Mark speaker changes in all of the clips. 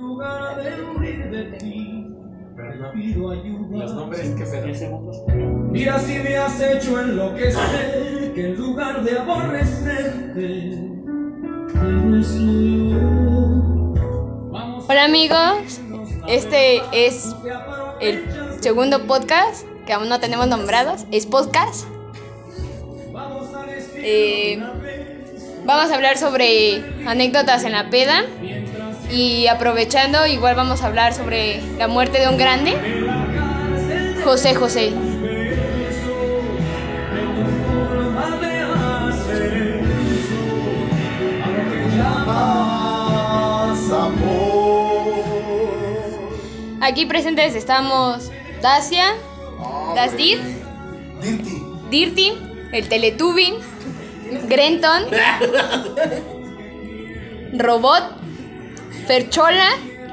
Speaker 1: Lugar de huir de ti.
Speaker 2: Verlo.
Speaker 1: Pido ayuda.
Speaker 2: Los nombres que se
Speaker 3: 10 segundos.
Speaker 1: Mira si me has hecho enloquecer, que en lugar de aborrecerte, eres mío. Vamos
Speaker 4: Hola amigos, este es el segundo podcast que aún no tenemos nombrados, es podcast.
Speaker 1: Vamos a decir
Speaker 4: Eh, vamos a hablar sobre anécdotas en la peda y aprovechando igual vamos a hablar sobre la muerte de un grande, José José.
Speaker 1: forma de hacer eso, a lo que llamas amor.
Speaker 4: Aquí presentes estamos Dacia, Das Dir,
Speaker 2: Dirty.
Speaker 4: Dirty, el Teletubby, Grenton, Robot, Ferchola,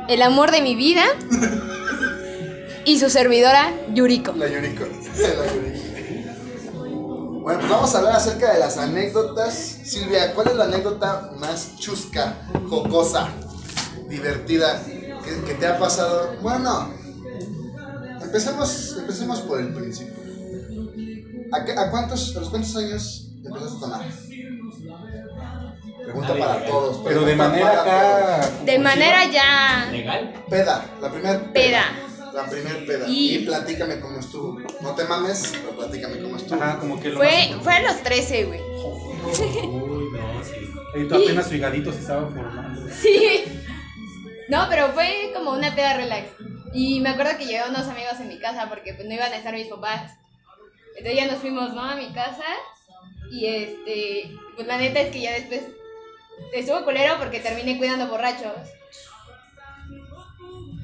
Speaker 4: el amor de mi vida y su servidora Yuriko.
Speaker 5: La Yuriko. La Yuriko. Bueno, pues vamos a hablar acerca de las anécdotas. Silvia, ¿cuál es la anécdota más chusca, jocosa, divertida que, que te ha pasado? Bueno, empecemos, empecemos por el principio. ¿A, qué- a cuántos, ¿A los cuántos años empezaste a tomar? Pregunta para todos.
Speaker 2: Pero de
Speaker 5: pregunta
Speaker 2: manera
Speaker 5: para
Speaker 2: acá.
Speaker 4: De
Speaker 2: cursiva.
Speaker 4: manera ya
Speaker 3: ¿Legal?
Speaker 5: todos. Peda, la primera
Speaker 4: peda.
Speaker 5: La primer peda.
Speaker 4: Y-
Speaker 5: Y... platícame cómo estuvo. No te mames, pero platícame cómo estuvo.
Speaker 2: Ajá, como que lo.
Speaker 4: Fue, fue a los 13, güey.
Speaker 3: Uy, no, sí.
Speaker 2: Y tú apenas su higadito se estaba formando.
Speaker 4: Sí. No, pero fue como una peda relax. Y me acuerdo que llevé unos amigos en mi casa porque pues, no iban a estar mis papás. Entonces ya nos fuimos, ¿no? A mi casa. Y este, pues la neta es que ya después estuvo culero porque terminé cuidando borrachos.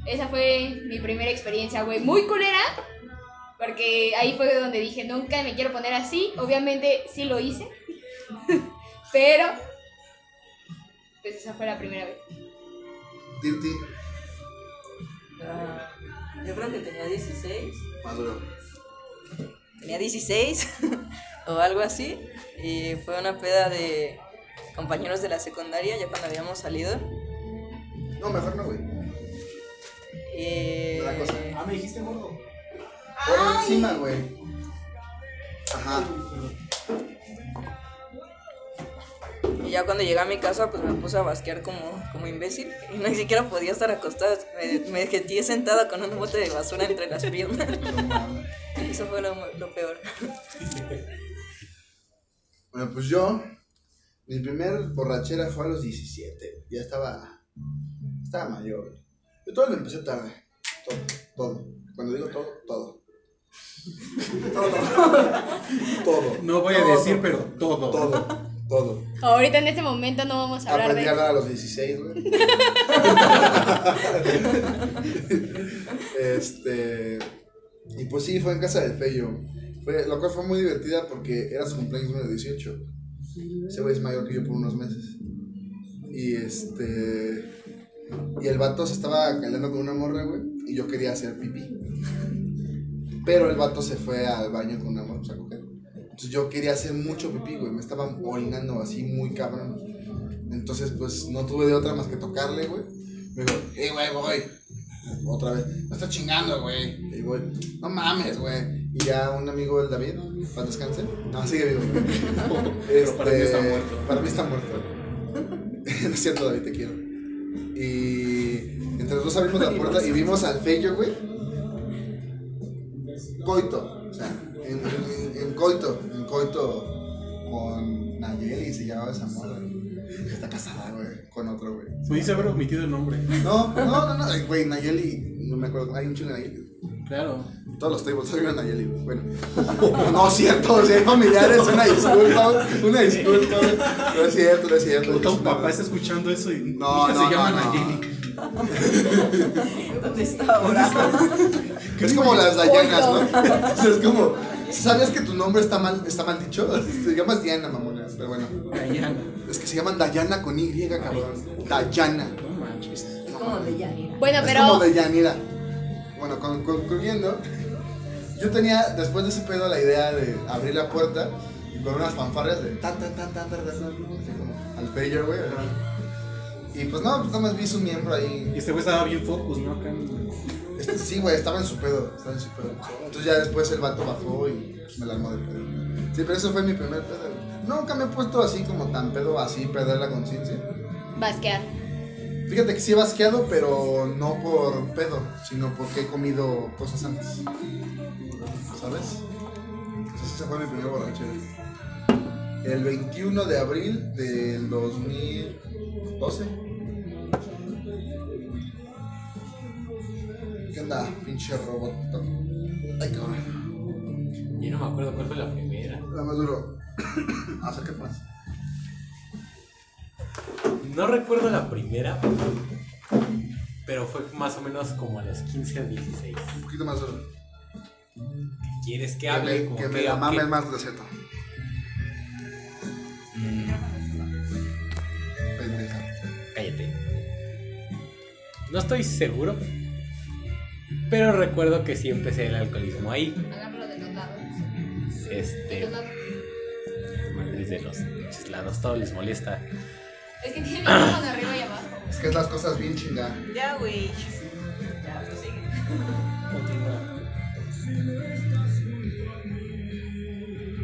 Speaker 4: Esa fue mi primera experiencia, güey. Muy culera. Porque ahí fue donde dije, nunca me quiero poner así. Obviamente sí lo hice. pero, pues esa fue la primera vez.
Speaker 5: Dirty,
Speaker 6: Ah, yo creo que tenía 16.
Speaker 5: maduro.
Speaker 6: Tenía 16 o algo así. Y fue una peda de compañeros de la secundaria, ya cuando habíamos salido.
Speaker 5: No, mejor no, güey.
Speaker 6: Eh,
Speaker 5: Otra cosa. Ah, me dijiste gordo. Por encima, güey. Ajá.
Speaker 6: y ya cuando llegué a mi casa, pues me puse a basquear como, como imbécil. Y ni siquiera podía estar acostada. Me, me jeteé sentada con un bote de basura entre las piernas. Eso fue lo, lo peor.
Speaker 5: Bueno, pues yo, mi primer borrachera fue a los 17. Ya estaba, estaba mayor. Yo todo lo empecé tarde. Todo, todo. Cuando digo todo, todo. todo. todo.
Speaker 2: No voy a
Speaker 5: Todo,
Speaker 2: decir, pero todo.
Speaker 5: Todo, todo.
Speaker 4: Ahorita en este momento no vamos a hablar
Speaker 5: Aprendí a
Speaker 4: de
Speaker 5: hablar a los 16, güey. este. Y pues sí, fue en casa del Fello. Fue, lo cual fue muy divertida porque era su cumpleaños número 18. Ese güey es mayor que yo por unos meses. Y este. Y el vato se estaba calando con una morra, güey. Y yo quería hacer pipí. Pero el vato se fue al baño con una morra, o sea, coger. Entonces yo quería hacer mucho pipí, güey. Me estaba orinando así muy cabrón. Entonces, pues no tuve de otra más que tocarle, güey. Me dijo, hey, güey, voy. Otra vez, me está chingando, güey. Y voy, no mames, güey. Y ya un amigo del David, para descanse. No, sigue vivo.
Speaker 2: Pero para mí está muerto.
Speaker 5: Para mí está muerto. Lo siento, David, te quiero. Y entre los dos abrimos la puerta y vimos al Fello, güey. Coito, o sea, en, en- en coito, en coito con Nayeli se llamaba esa morra. Está casada, güey, con otro, güey.
Speaker 2: Pudiste haber omitido el nombre.
Speaker 5: No, no, no, no, güey, Nayeli, no me acuerdo, hay un chingo de Nayeli.
Speaker 2: Claro.
Speaker 5: Todos los tables salieron a Nayeli. Bueno, no es cierto, si hay familiares, una disculpa, una disculpa. güey. No es cierto, no es cierto.
Speaker 2: Puta, un papá está escuchando eso y
Speaker 5: No,
Speaker 2: "Mi hija
Speaker 5: no,
Speaker 2: se llama
Speaker 5: no, no.
Speaker 2: Nayeli.
Speaker 6: ¿Dónde está ahora?
Speaker 5: Que es como las Dayanas, ¿no? O sea, es como, ¿sabías que tu nombre está mal, está mal dicho? Te llamas Diana, mamona, pero bueno.
Speaker 2: Dayana.
Speaker 5: Es que se llaman Dayana con Y, cabrón. Dayana.
Speaker 2: No manches.
Speaker 5: No,
Speaker 6: Como de ya.
Speaker 4: Bueno,
Speaker 5: Es
Speaker 4: pero
Speaker 5: como de Yanira. Bueno, con- concluyendo, yo tenía después de ese pedo la idea de abrir la puerta y con unas fanfarrias de tan tan tan tan tan tan, tan, así como al pello, güey. ajá. Y pues no, pues nada más vi su miembro ahí.
Speaker 2: Y este güey estaba bien focus, ¿no? Acá en-
Speaker 5: Este, sí, güey, estaba en su pedo. Estaba en su pedo. Entonces ya después el vato bajó y pues, me la armó de pedo. Sí, pero eso fue mi primer pedo. güey. Nunca me he puesto así como tan pedo, así, perder la conciencia.
Speaker 4: Basquear.
Speaker 5: Fíjate que sí he basqueado, pero no por pedo, sino porque he comido cosas antes. ¿Sabes? Entonces ese fue mi primer borracho. güey. El 21 de abril del 2012. ¿Qué onda, pinche robot? Ay, cabrón.
Speaker 3: Yo no me acuerdo cuál fue la primera.
Speaker 5: La más duro. Acércate más.
Speaker 3: No recuerdo la primera, pero fue más o menos como a los 15 o 16.
Speaker 5: Un poquito más duro.
Speaker 3: ¿Quieres que
Speaker 5: Que
Speaker 3: hable?
Speaker 5: me,
Speaker 3: Como
Speaker 5: que me la
Speaker 3: que-
Speaker 5: mames más de Z. Pendeja.
Speaker 3: Cállate. No estoy seguro, pero recuerdo que sí empecé el alcoholismo ahí.
Speaker 4: Agárralo de los lados. De
Speaker 3: Este,
Speaker 4: los lados.
Speaker 3: desde los pinches lados, todo les molesta.
Speaker 4: Es que tiene micrófono arriba y abajo.
Speaker 5: Es que es las cosas bien chingadas.
Speaker 6: Ya, güey. Ya, pues sigue.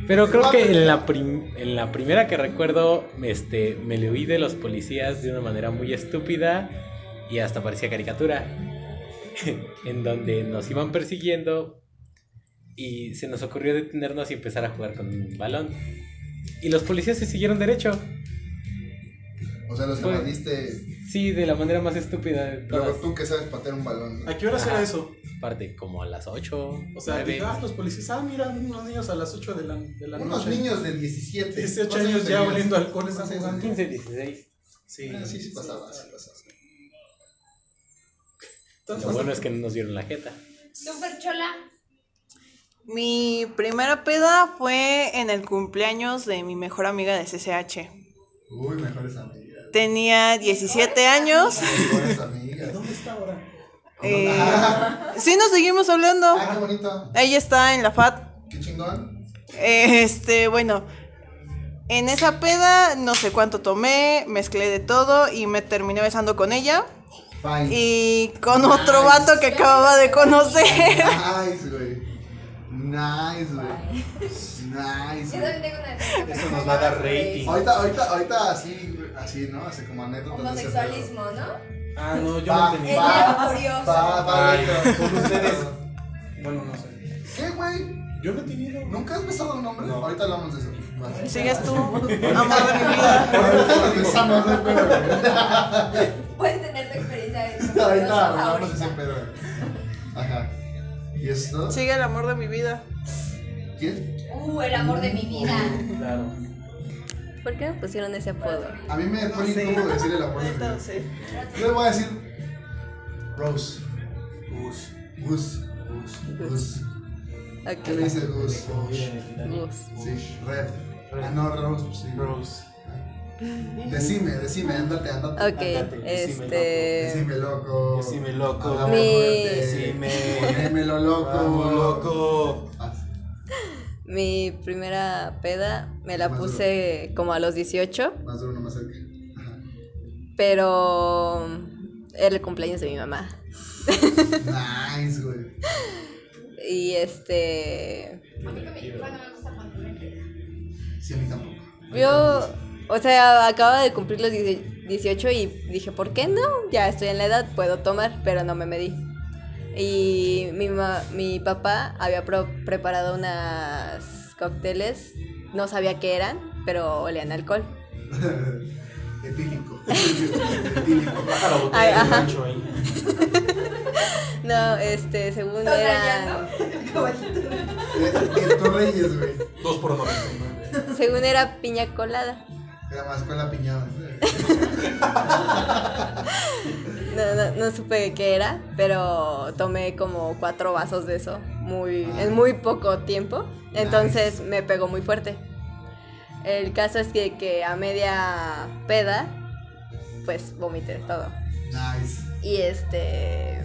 Speaker 3: Pero creo que en la, prim- en la primera que recuerdo, este, me le huí de los policías de una manera muy estúpida y hasta parecía caricatura. en donde nos iban persiguiendo y se nos ocurrió detenernos y empezar a jugar con un balón. Y los policías se siguieron derecho.
Speaker 5: O sea, los que
Speaker 3: Pues-
Speaker 5: perdiste.
Speaker 3: Sí, de la manera más estúpida de
Speaker 5: Luego
Speaker 3: todas.
Speaker 5: tú que sabes patear un balón. ¿no?
Speaker 2: ¿A qué hora
Speaker 3: Ajá.
Speaker 2: será eso?
Speaker 3: Parte como a las 8.
Speaker 2: O sea, que, ah, los policías, ah, mira, unos niños a las 8 de la, de la
Speaker 5: Unos
Speaker 2: noche.
Speaker 5: niños de 17.
Speaker 2: 18
Speaker 5: ¿cuántos
Speaker 2: años ya
Speaker 5: tenías?
Speaker 2: oliendo alcohol, están
Speaker 5: ¿Cuántos años
Speaker 2: jugando.
Speaker 3: 15, 16.
Speaker 2: Sí,
Speaker 5: Ah, Sí, sí pasaba, sí pasaba.
Speaker 2: Entonces,
Speaker 3: Lo bueno es que no nos dieron la jeta.
Speaker 4: Super chola.
Speaker 7: Mi primera peda fue en el cumpleaños de mi mejor amiga de CCH.
Speaker 5: Uy, mejores amigas.
Speaker 7: Tenía 17 años.
Speaker 5: Mejores amigas.
Speaker 2: ¿Dónde está ahora?
Speaker 7: Eh, sí, nos seguimos hablando.
Speaker 5: Ah, qué bonito.
Speaker 7: Ella está en la FAT.
Speaker 5: Qué chingón.
Speaker 7: Eh, Este, bueno, en esa peda no sé cuánto tomé, mezclé de todo y me terminé besando con ella
Speaker 5: Fine.
Speaker 7: y con otro vato que acababa de conocer.
Speaker 5: Nice, güey. Nice, güey. Nice,
Speaker 4: Yo
Speaker 5: güey.
Speaker 4: también tengo una de
Speaker 2: Eso nos va a dar rating.
Speaker 5: Ahorita, ahorita, ahorita así, así, ¿no? Así como anécdotas. de ese pedo.
Speaker 4: Homosexualismo, ¿no?
Speaker 2: Ah, no, yo
Speaker 5: Va,
Speaker 2: no tenía.
Speaker 5: va,
Speaker 4: Ella,
Speaker 5: va, va,
Speaker 2: Ay,
Speaker 5: dentro.
Speaker 2: con ustedes. Bueno, no sé.
Speaker 5: ¿Qué, güey?
Speaker 2: Yo no he tenido.
Speaker 5: ¿Nunca has besado a un hombre?
Speaker 2: No.
Speaker 5: Ahorita hablamos de eso. Vas.
Speaker 7: Sigues tú, amor de mi vida.
Speaker 5: Ahorita lo besamos, no hay pedo, güey.
Speaker 4: Puedes tener tu experiencia de
Speaker 5: Ahorita hablamos de
Speaker 4: favorita.
Speaker 5: ese pedo. güey. Ajá. ¿Y esto?
Speaker 7: Sigue el amor de mi vida.
Speaker 5: ¿Quién?
Speaker 4: Uh, el amor de mi vida.
Speaker 2: Claro.
Speaker 6: ¿Por qué me pusieron ese apodo?
Speaker 5: A mí me pone incómodo decir el amor de mi vida.
Speaker 7: Entonces,
Speaker 5: Yo le voy a decir Rose. Gus. Gus. Gus. Gus. ¿Qué le
Speaker 6: Ok.
Speaker 5: dice Gus?
Speaker 6: Gus.
Speaker 5: Sí, Red. Ah, no, Rose. pues Sí. Ah.
Speaker 2: Rose.
Speaker 5: Decime, decime, ándate, ándate.
Speaker 6: Ok,
Speaker 2: Ándate,
Speaker 6: este.
Speaker 5: Decime, loco.
Speaker 2: Decime, loco.
Speaker 5: Habla
Speaker 6: Mi-
Speaker 5: fuerte.
Speaker 2: Decime.
Speaker 5: Ponémelo, loco.
Speaker 2: Ah, Vamos, loco.
Speaker 5: Ah,
Speaker 6: Mi primera peda me la
Speaker 5: Más duro.
Speaker 6: puse como a los 18,
Speaker 5: Más duro, no más cerca. Ajá.
Speaker 6: pero era el cumpleaños de mi mamá.
Speaker 5: Nice, güey.
Speaker 6: Y este.
Speaker 4: A mí con mi papá no me gusta ponerme.
Speaker 5: Sí, a mí tampoco.
Speaker 6: Yo, o sea, acababa de cumplir los 10 18 y dije, ¿por qué no? Ya estoy en la edad, puedo tomar, pero no me medí. Y mi, ma- mi papá había pro- preparado unas cócteles, no sabía qué eran, pero olían a alcohol.
Speaker 5: Etílico. Etílico.
Speaker 2: Baja la
Speaker 6: Ay,
Speaker 2: botella
Speaker 6: ajá.
Speaker 2: del rancho ahí.
Speaker 6: No, este, según
Speaker 4: Total,
Speaker 6: eran,
Speaker 4: ya no. Caballito.
Speaker 5: El Torreyes, güey.
Speaker 2: Dos por 99.
Speaker 6: según era piña colada.
Speaker 5: Era más con la piñada.
Speaker 6: No, no, no supe qué era, pero tomé como cuatro vasos de eso muy, en muy poco tiempo. Entonces me pegó muy fuerte. El caso es que, que a media peda, pues vomité todo.
Speaker 5: Nice.
Speaker 6: Y este,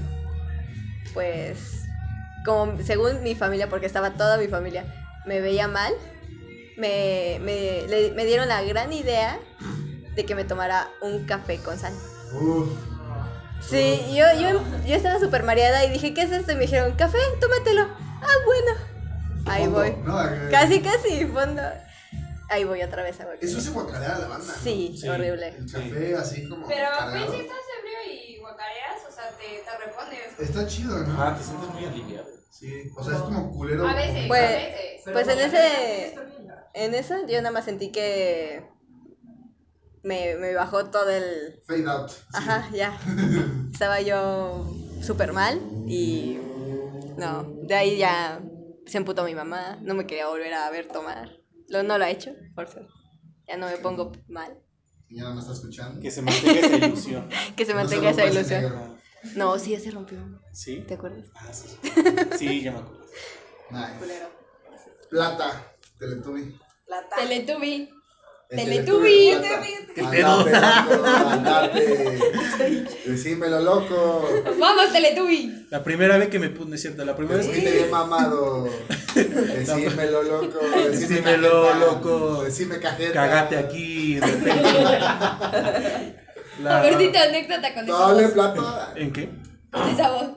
Speaker 6: pues, como según mi familia, porque estaba toda mi familia, me veía mal, me, me- le- me dieron la gran idea de que me tomara un café con sal.
Speaker 8: Sí,
Speaker 5: Mm.
Speaker 8: yo, yo, yo estaba súper mareada y dije, ¿qué es esto? Y me dijeron, café, tómatelo. Ah, bueno. Ahí
Speaker 5: Fondo.
Speaker 8: voy.
Speaker 5: No, eh,
Speaker 8: Casi, casi, fondo. Ahí voy otra vez a ver.
Speaker 5: Eso es guacarear a la banda. ¿no?
Speaker 8: Sí,
Speaker 2: Sí.
Speaker 8: horrible.
Speaker 5: El café así como.
Speaker 4: Pero
Speaker 5: cargado.
Speaker 4: pues si estás ebrio y guacareas, o sea, te, te repones.
Speaker 5: Está chido, ¿no?
Speaker 2: Ajá, te sientes muy aliviado.
Speaker 5: Sí, o sea, es como culero.
Speaker 4: A veces,
Speaker 8: Pues-
Speaker 4: a veces.
Speaker 8: Pues en ese. En esa yo nada más sentí que. Me, me bajó todo el.
Speaker 5: Fade out.
Speaker 8: Ajá, ya. Estaba yo súper mal y. No, de ahí ya se emputó mi mamá. No me quería volver a ver tomar. Lo, no lo ha hecho, por suerte. Ya no me pongo mal.
Speaker 5: Señora, ¿me está escuchando?
Speaker 2: Que se mantenga esa ilusión.
Speaker 8: Que se
Speaker 5: No se
Speaker 8: mantenga esa
Speaker 5: rompa ese
Speaker 8: ilusión.
Speaker 5: negro.
Speaker 8: No, sí, ya se rompió.
Speaker 2: ¿Sí?
Speaker 8: ¿Te acuerdas?
Speaker 2: Ah, sí. Sí, ya me acuerdo.
Speaker 5: Nice. Plata. Teletubby.
Speaker 6: La ta-
Speaker 8: Teletubby.
Speaker 5: El
Speaker 8: Teletubby,
Speaker 5: plata.
Speaker 3: ¿Qué
Speaker 5: Andate, loco, andate. Decímelo, loco.
Speaker 4: Vamos, Teletubby.
Speaker 2: La primera vez que me puse, no es cierto, la primera vez que
Speaker 5: Decímete bien mamado. Decímelo, loco.
Speaker 2: Decímelo,
Speaker 5: cajeta.
Speaker 2: loco.
Speaker 5: Decime cajeta.
Speaker 2: cagate aquí, de repente. La-
Speaker 4: A ver si tu anécdota con esa
Speaker 5: Dale
Speaker 4: voz.
Speaker 5: plata.
Speaker 2: ¿En qué?
Speaker 4: Con esa voz.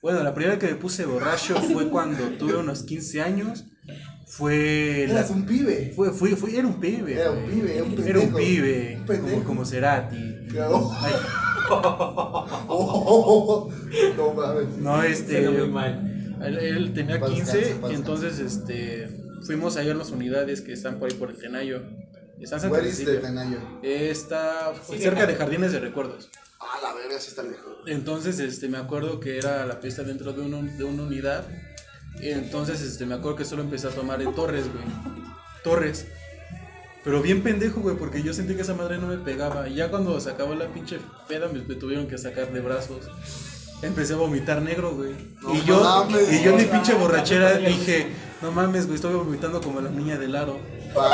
Speaker 2: Bueno, la primera que me puse borracho fue cuando tuve unos 15 años. Fue la-
Speaker 5: Eras un pibe.
Speaker 2: Fue, fui, fui- era un pibe.
Speaker 5: Era un
Speaker 2: güey.
Speaker 5: pibe, era un pendejo.
Speaker 2: Era un pibe,
Speaker 5: Un pendejo.
Speaker 2: como, como Cerati.
Speaker 5: Claro.
Speaker 2: Ay,
Speaker 5: Oh, No mames.
Speaker 2: no, este.
Speaker 3: Suena muy mal.
Speaker 2: Él, él tenía
Speaker 5: Paz
Speaker 2: 15,
Speaker 5: descanse, paz
Speaker 2: entonces este fuimos allá a las unidades que están por ahí por el Tenayo. Están cerca
Speaker 5: Where
Speaker 2: de
Speaker 5: is the
Speaker 2: Sicilia.
Speaker 5: Tanayo?
Speaker 2: Está cerca de Jardines de Recuerdos.
Speaker 5: Ah, la verga, sí está lejos.
Speaker 2: Entonces, este, me acuerdo que era la fiesta dentro de, una- de una unidad. Y entonces, este, me acuerdo que solo empecé a tomar en Torres, güey. Torres. Pero bien pendejo, güey, porque yo sentí que esa madre no me pegaba. Y ya cuando se acabó la pinche peda, me, me tuvieron que sacar de brazos. Empecé a vomitar negro, güey.
Speaker 5: No
Speaker 2: y yo,
Speaker 5: mames.
Speaker 2: y yo en mi pinche borrachera dije, no mames, güey, estoy vomitando como la niña del aro.
Speaker 5: Bye.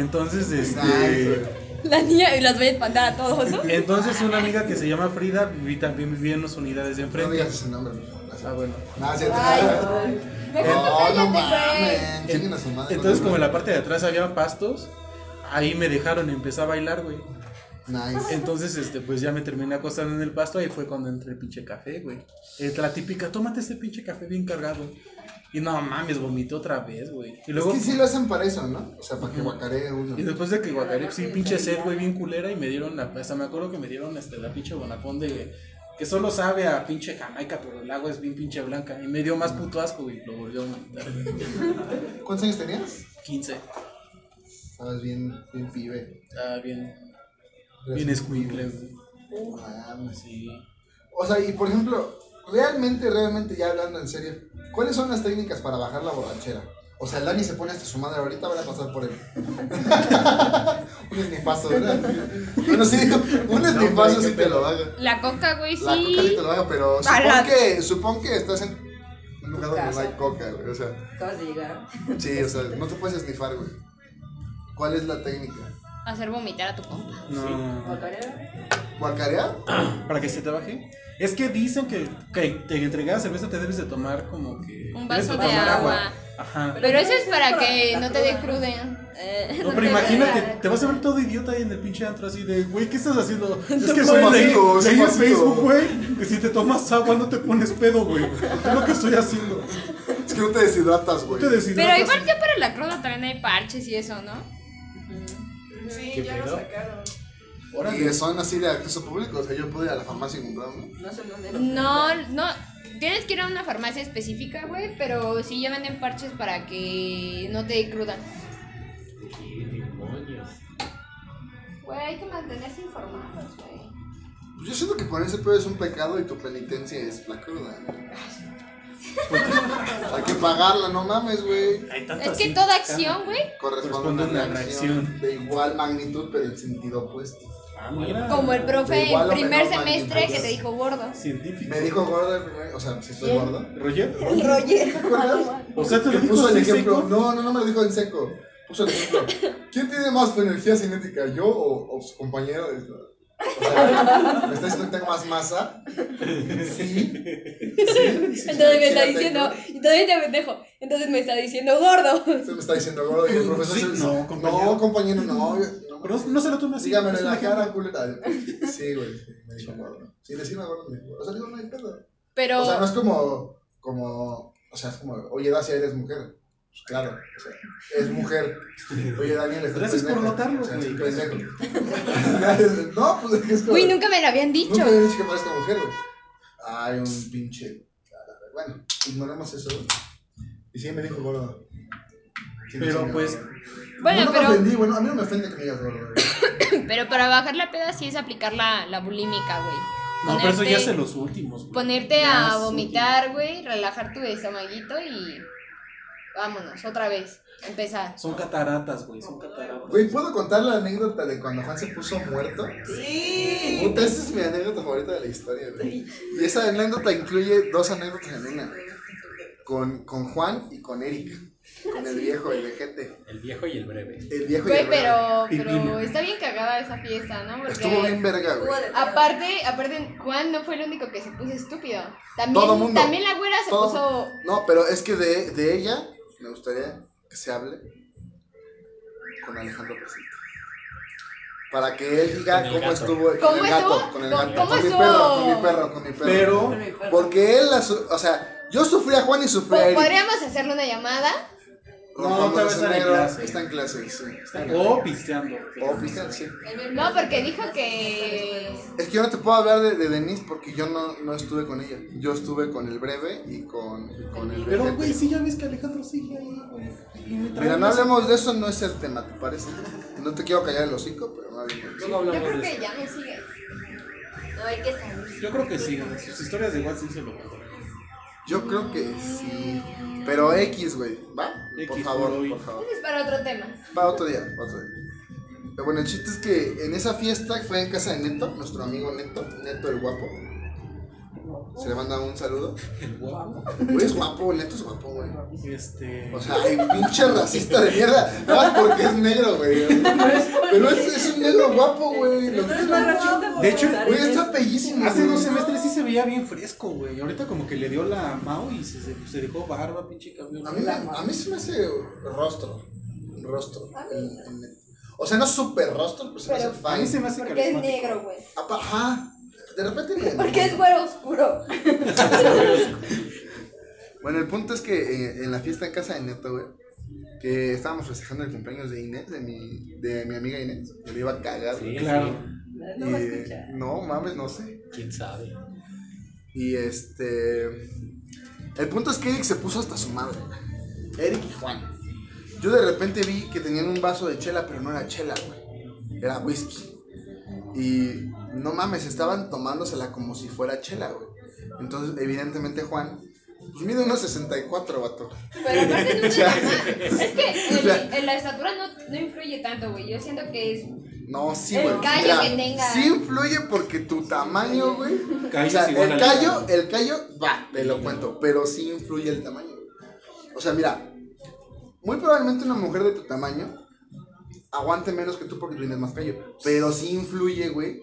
Speaker 2: Entonces, este.
Speaker 5: Nice, güey.
Speaker 8: La niña y las voy a espantar a todos, ¿no?
Speaker 2: Entonces una amiga que se llama Frida vi- también vivía en las unidades de
Speaker 5: No
Speaker 2: enfrente.
Speaker 5: digas ese nombre, por favor.
Speaker 2: Ah, bueno.
Speaker 5: No, sí, no,
Speaker 4: Mejor tú
Speaker 5: no,
Speaker 4: cállate, güey.
Speaker 5: mames. Chinguen a su madre.
Speaker 2: Entonces como en
Speaker 5: la.
Speaker 2: la parte de atrás había pastos, ahí me dejaron, empecé a bailar, güey.
Speaker 5: Nice.
Speaker 2: Entonces, este, pues ya me terminé acostando en el pasto, ahí fue cuando entré el pinche café, güey. Eh, la típica, tómate este pinche café bien cargado. Y no mames, vomité otra vez, güey. Y luego,
Speaker 5: Es que sí lo hacen para eso, ¿no? O sea, para que guacaree uno.
Speaker 2: y después de que guacaré, sí, pinche sed, güey, bien culera, y me dieron la, hasta me acuerdo que me dieron este, la pinche bonafón de, que solo sabe a pinche Jamaica, pero el agua es bien pinche blanca. Y me dio más puto asco, güey, lo volvió a vomitar, güey.
Speaker 5: ¿Cuántos años tenías?
Speaker 2: 15.
Speaker 5: Estabas bien, bien pibe.
Speaker 2: Está bien,
Speaker 5: Eras
Speaker 2: bien
Speaker 5: un
Speaker 2: escuible,
Speaker 5: pibe.
Speaker 2: güey. Ah,
Speaker 5: No mames.
Speaker 2: Sí.
Speaker 5: O sea, y por ejemplo, realmente, realmente, ya hablando en serio, ¿cuáles son las técnicas para bajar la borrachera? O sea, el Dani se pone hasta su madre ahorita, van a pasar por él. un esnifazo, ¿verdad? Bueno, sí, un esnifazo
Speaker 2: güey, qué
Speaker 5: sí te
Speaker 2: pedo.
Speaker 5: lo haga.
Speaker 4: La coca, güey,
Speaker 5: La coca sí
Speaker 4: sí.
Speaker 5: te lo haga, pero
Speaker 8: A
Speaker 5: supón
Speaker 8: la-
Speaker 5: que, supón que estás en un lugar donde no
Speaker 6: Casa.
Speaker 5: hay coca, güey. O sea,
Speaker 6: Acabas de llegar.
Speaker 5: sí, o sea, no te puedes esnifar, güey. ¿Cuál es la técnica?
Speaker 4: Hacer vomitar a tu compa.
Speaker 2: No.
Speaker 6: Guacarera.
Speaker 5: ¿Guacarear?
Speaker 2: ¿Para que se te baje? Es que dicen que, que te entregas cerveza te debes de tomar como que...
Speaker 4: Un vaso
Speaker 2: debes
Speaker 4: de
Speaker 2: tomar
Speaker 4: agua.
Speaker 2: Ajá.
Speaker 4: Pero eso es para
Speaker 6: Para
Speaker 4: que
Speaker 6: la
Speaker 4: no te
Speaker 6: cruda.
Speaker 4: descruden.
Speaker 8: Eh,
Speaker 2: No, pero imagínate, te vas a ver todo idiota ahí en el pinche antro así de, güey, ¿qué estás haciendo? Es que
Speaker 5: soy
Speaker 2: güey, leí-
Speaker 5: macizo, soy
Speaker 2: leí en
Speaker 5: macizo.
Speaker 2: Facebook, güey, que si te tomas agua no te pones pedo, güey. Es lo que estoy haciendo.
Speaker 5: Es que no te deshidratas,
Speaker 2: No
Speaker 5: güey.
Speaker 2: te deshidratas.
Speaker 4: Pero igual ya para la cruda también hay parches y eso, ¿no?
Speaker 3: ¿Qué
Speaker 6: Sí, ya lo
Speaker 3: pedo?
Speaker 6: sacaron.
Speaker 5: Y son así de acceso público, o sea, yo puedo ir a la farmacia y comprar uno.
Speaker 6: No sé dónde lo
Speaker 4: No, no. Tienes que ir a una farmacia específica, güey, pero sí ya venden parches para que no te dé cruda.
Speaker 3: ¿Qué demonios?
Speaker 4: Güey, hay que mantenerse informados, güey.
Speaker 5: Pues yo siento que con ese pedo es un pecado y tu penitencia es la cruda. ¿no? Hay que pagarla, no mames, güey.
Speaker 2: Hay tanto
Speaker 4: Es que
Speaker 2: así.
Speaker 4: toda acción, güey,
Speaker 5: Corresponde a una reacción de igual magnitud, pero en sentido opuesto.
Speaker 2: Ah, mira.
Speaker 4: como el profe
Speaker 5: Igual
Speaker 4: en
Speaker 5: o
Speaker 4: primer
Speaker 5: menor
Speaker 4: semestre que
Speaker 5: magnitud.
Speaker 4: te dijo gordo.
Speaker 2: Científico.
Speaker 5: Me dijo gordo el primer, o sea, si estoy gordo.
Speaker 2: ¿Roger?
Speaker 5: ¿Te acuerdas?
Speaker 2: O sea, te
Speaker 5: Que
Speaker 2: lo dijo
Speaker 5: puso el
Speaker 2: así
Speaker 5: ejemplo.
Speaker 2: seco.
Speaker 5: No, no, no me lo dijo en seco. Puso el ejemplo. ¿Quién tiene más energía cinética, yo o, o su compañero? O sea, me está diciendo que tengo más masa. Sí. sí, sí,
Speaker 4: Entonces
Speaker 5: sí,
Speaker 4: me está
Speaker 5: la
Speaker 4: diciendo,
Speaker 5: tengo.
Speaker 4: y todavía te pendejo. Entonces me está diciendo gordo.
Speaker 5: Usted me está diciendo gordo y el profesor.
Speaker 2: Sí,
Speaker 5: se-
Speaker 2: no, compañero.
Speaker 5: No, compañero, no. yo-
Speaker 2: Pero no se lo tome así.
Speaker 5: Dígamelo
Speaker 2: es
Speaker 5: en
Speaker 2: un
Speaker 5: la
Speaker 2: ejemplo.
Speaker 5: cara, culera. Sí, güey. Me dijo gordo. Sí, decirme gordo. me dijo. O sea, digo, no hay pedo.
Speaker 4: Pero
Speaker 5: O sea, no es como, como, o sea, es como, oye, Dacia, eres mujer. Pues claro, o sea, es mujer. Oye, Daniel, estás
Speaker 2: Gracias por
Speaker 5: pendejo.
Speaker 2: notarlo,
Speaker 5: O sea, es un
Speaker 2: güey.
Speaker 5: pendejo. no, pues es que es como.
Speaker 4: Güey, nunca me lo habían dicho.
Speaker 5: Nunca había dicho que parezca mujer, güey. Ay, un pinche. cara, güey. Bueno, ignoremos eso, güey. Y sí, me dijo gordo. Sí, me
Speaker 2: Pero,
Speaker 5: dijo
Speaker 2: pues,
Speaker 5: gordo.
Speaker 4: Bueno,
Speaker 5: no, no
Speaker 4: pero-
Speaker 5: me ofendí, bueno, a mí no me ofende que me digas gordo, güey.
Speaker 4: Pero para bajar la peda sí es aplicar la, la bulímica, güey.
Speaker 2: No, pero eso ya
Speaker 4: Ponerte-
Speaker 2: es de los últimos. güey.
Speaker 4: Ponerte
Speaker 2: Ya
Speaker 4: a
Speaker 2: es
Speaker 4: vomitar, güey, relajar tu estomaguito y vámonos, otra vez, empezar.
Speaker 2: último. Son cataratas, güey. Son cataratas.
Speaker 5: Güey, ¿puedo contar la anécdota de cuando Juan se puso muerto? Sí. Puta, esa es mi anécdota favorita de la historia, güey. Y esa anécdota incluye dos anécdotas en una. güey. Con, con Juan y con Eric. Con el viejo, el vejete.
Speaker 3: El viejo y el breve.
Speaker 5: El viejo y
Speaker 4: Güey,
Speaker 5: el breve.
Speaker 4: pero, pero
Speaker 2: Divino.
Speaker 4: está bien cagada esa fiesta, ¿no?
Speaker 5: Estuvo bien
Speaker 4: Porque
Speaker 5: verga, güey.
Speaker 4: aparte, aparte, Juan no fue el único que se puso estúpido.
Speaker 5: Todo
Speaker 4: También,
Speaker 5: mundo.
Speaker 4: también la güera se
Speaker 5: Todo-
Speaker 4: puso...
Speaker 5: No, pero es que de, de ella me gustaría que se hable con Alejandro presente. Para que él diga
Speaker 3: Con el
Speaker 5: cómo
Speaker 3: gato.
Speaker 5: estuvo. Con
Speaker 4: ¿Cómo
Speaker 5: el gato,
Speaker 4: estuvo?
Speaker 5: con el
Speaker 4: ¿Cómo-
Speaker 5: gato.
Speaker 4: cómo
Speaker 5: Con mi
Speaker 4: estuvo?
Speaker 5: perro, con mi perro, con mi perro.
Speaker 2: Pero,
Speaker 5: Porque él, la su- o sea, yo sufrí a Juan y sufrí a
Speaker 4: po-
Speaker 5: Eric.
Speaker 4: Podríamos hacerle una llamada.
Speaker 5: No,
Speaker 2: No,
Speaker 5: no,
Speaker 2: otra vez
Speaker 5: está
Speaker 2: está
Speaker 5: en
Speaker 2: en
Speaker 5: clase.
Speaker 2: clase.
Speaker 5: Está en clase, sí. Está en
Speaker 2: o pisteando.
Speaker 5: clase. O pistear, sí.
Speaker 4: No, porque dijo que...
Speaker 5: Es que yo no te puedo hablar de, de Denise porque yo no, no estuve con ella. Yo estuve con el breve y con, y con el
Speaker 2: Pero,
Speaker 5: vejete.
Speaker 2: güey, si ya ves que Alejandro sigue ahí, güey. Y me trae
Speaker 5: Mira, no
Speaker 2: más-
Speaker 5: hablemos de eso, no es el tema, ¿te parece? No te quiero callar el hocico, pero no hablemos de
Speaker 2: No
Speaker 5: eso.
Speaker 4: Yo
Speaker 2: hablamos
Speaker 4: creo
Speaker 2: de
Speaker 4: que
Speaker 2: eso.
Speaker 4: ya me sigue.
Speaker 8: No, hay que salir.
Speaker 2: Yo creo que sí, güey. Sus historias de WhatsApp se lo contaré.
Speaker 5: Yo creo que sí. Pero X, güey, ¿va? Por
Speaker 2: X,
Speaker 5: favor,
Speaker 2: por hoy.
Speaker 5: por favor.
Speaker 4: Ese es para otro tema.
Speaker 5: Va otro día, otro día. Pero bueno, el chiste es que en esa fiesta fue en casa de Neto, nuestro amigo Neto, Neto el guapo. Se le manda un saludo.
Speaker 2: El guapo.
Speaker 5: Güey, es guapo, Neto es guapo, güey.
Speaker 2: Este.
Speaker 5: O sea, hay pinche racista de mierda. Nada más porque es negro, güey. Pero es, es un negro guapo, güey. Lo que es
Speaker 6: más
Speaker 5: guapo.
Speaker 6: racista por
Speaker 2: De hecho,
Speaker 6: pensar
Speaker 5: Güey,
Speaker 6: en
Speaker 5: está
Speaker 6: eso.
Speaker 5: bellísimo.
Speaker 2: Hace
Speaker 5: güey.
Speaker 2: dos semestres sí se veía bien fresco, güey. Ahorita como que le dio la Mao y se, se dejó barba, pinche camión.
Speaker 5: A mí, a mí se me hace rostro. Rostro. El- el- o sea, no súper rostro, pero se me hace
Speaker 2: A mí se
Speaker 5: fine.
Speaker 2: me hace
Speaker 4: Porque es
Speaker 2: carismático.
Speaker 4: negro, güey.
Speaker 5: Apa- Ajá. De repente me-
Speaker 4: Porque es güero oscuro.
Speaker 5: Bueno, el punto es que eh, en la fiesta en casa de Neto, güey, que estábamos festejando el cumpleaños de Inés, de mi, de mi amiga Inés, que le iba a cagar.
Speaker 3: Sí,
Speaker 5: güey.
Speaker 2: Claro.
Speaker 5: Y,
Speaker 6: No va a escuchar.
Speaker 5: no, mames, no sé.
Speaker 3: sí, quién sabe.
Speaker 5: Y este. El punto es que Eric se puso hasta su madre. Eric y Juan. Yo de repente vi que tenían un vaso de chela, pero no era chela, güey. Era whisky. Y no mames, estaban tomándosela como si fuera chela, güey. Entonces, evidentemente, Juan. Pues mide unos 64, vato.
Speaker 4: Pero aparte no
Speaker 5: Ya.
Speaker 4: Es que
Speaker 5: Ya.
Speaker 4: el- el- la estatura no, no influye tanto, güey. Yo siento que es.
Speaker 5: No, sí,
Speaker 4: El
Speaker 5: güey.
Speaker 4: callo
Speaker 5: Mira,
Speaker 4: que tenga.
Speaker 5: Sí influye porque tu tamaño, güey.
Speaker 2: Callo
Speaker 5: o sea,
Speaker 2: es
Speaker 5: el
Speaker 2: igual al-
Speaker 5: callo, el callo, va, te lo cuento, pero sí influye el tamaño. güey. O sea, mira, muy probablemente una mujer de tu tamaño aguante menos que tú porque tú tienes más callo, pero sí influye, güey.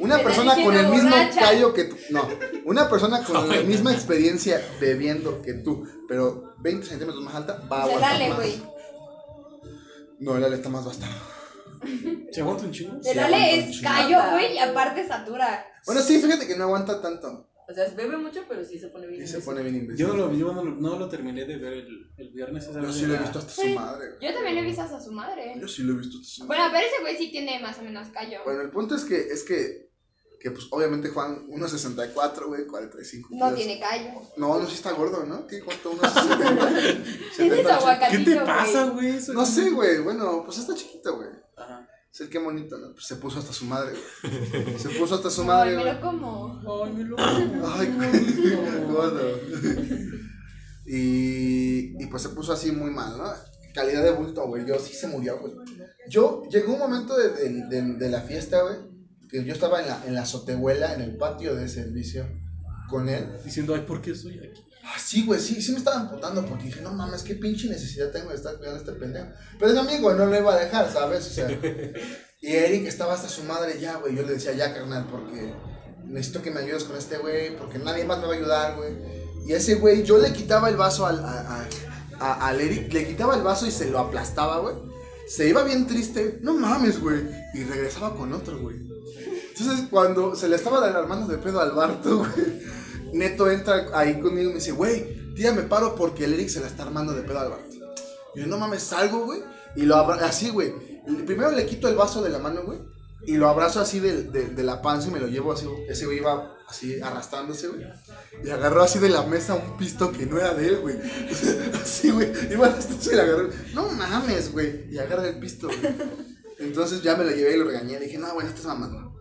Speaker 5: Una
Speaker 4: Te está
Speaker 5: persona con el
Speaker 4: diciendo
Speaker 5: mismo
Speaker 4: borracha.
Speaker 5: callo que tú. No, una persona con la misma experiencia bebiendo que tú, pero 20 centímetros más alta, va a
Speaker 4: O sea,
Speaker 5: aguantar
Speaker 4: dale,
Speaker 5: más.
Speaker 4: güey.
Speaker 5: No, el ale está más bastardo.
Speaker 2: ¿Se aguanta un chingo?
Speaker 4: El
Speaker 5: Sí,
Speaker 4: ale
Speaker 5: aguanta un
Speaker 4: es
Speaker 5: chingo.
Speaker 4: callo, güey, y aparte estatura.
Speaker 5: Bueno, sí, fíjate que no aguanta tanto.
Speaker 6: O sea, bebe mucho, pero sí se pone bien.
Speaker 5: Y se pone bien imbécil.
Speaker 2: Yo no lo, yo no lo, no lo terminé de ver el, el viernes. Esa
Speaker 5: Yo
Speaker 2: vez
Speaker 5: sí
Speaker 2: en
Speaker 5: lo he
Speaker 2: la-
Speaker 5: visto hasta su
Speaker 4: Sí.
Speaker 5: madre, güey.
Speaker 4: Yo también le he visto hasta su madre. ¿eh?
Speaker 5: Yo sí lo he visto hasta su madre.
Speaker 4: Bueno, pero ese güey sí tiene más o menos callo.
Speaker 5: Bueno, el punto es que, es que, que pues obviamente Juan, 1.64, güey, 45
Speaker 4: No
Speaker 5: kilos.
Speaker 4: tiene callo.
Speaker 5: No, no, sí está gordo, ¿no? ¿Qué? ¿Cuánto? 1.60.
Speaker 4: Tienes
Speaker 5: 70,
Speaker 2: ¿Qué
Speaker 4: aguacatito.
Speaker 2: te
Speaker 4: güey.
Speaker 2: pasa, güey? Eso-
Speaker 5: No sé, güey, bueno, pues está chiquito, güey.
Speaker 2: Ajá.
Speaker 5: Sí, qué bonito, ¿no? Pues se puso hasta su madre, güey. Se puso hasta su
Speaker 4: Ay,
Speaker 5: madre,
Speaker 4: me
Speaker 5: güey.
Speaker 4: lo como.
Speaker 2: Ay, me lo.
Speaker 5: Ay, güey, gordo. Y, y pues se puso así muy mal, ¿no? Calidad de bulto, güey. Yo sí se murió, güey. Yo, llegó un momento de, de- de- de la fiesta, güey, que yo estaba en la, en la azotehuela, en el patio de servicio. con él.
Speaker 2: Diciendo, ay, ¿por qué soy aquí?
Speaker 5: Ah, sí, güey, sí, sí me estaba amputando porque dije, no mames, qué pinche necesidad tengo de estar cuidando a este pendejo. Pero es mi amigo, no lo iba a dejar, ¿sabes? O sea, y Eric estaba hasta su madre ya, güey. Yo le decía, ya, carnal, porque necesito que me ayudes con este güey, porque nadie más me va a ayudar, güey. Y ese güey, yo le quitaba el vaso al, a- a- a- al Eric, le quitaba el vaso y se lo aplastaba, güey. Se iba bien triste, no mames, güey. Y regresaba con otro, güey. Entonces, cuando se le estaba armando de pedo al Barto, güey, Neto entra ahí conmigo y me dice, güey, tía, me paro porque el Eric se la está armando de pedo al Barto. Y yo, no mames, salgo, güey. Y lo abrazo así, güey. Le- Primero le quito el vaso de la mano, güey. Y lo abrazo así del- de, de la panza y me lo llevo así. güey. Ese güey iba así arrastrándose, güey. Y agarró así de la mesa un pisto que no era de él, güey. así, güey. Iba arrastrándose y le agarró. No mames, güey. Y agarra el pisto, güey. Entonces ya me lo llevé y lo regañé. Le dije, no, bueno, estás mamando.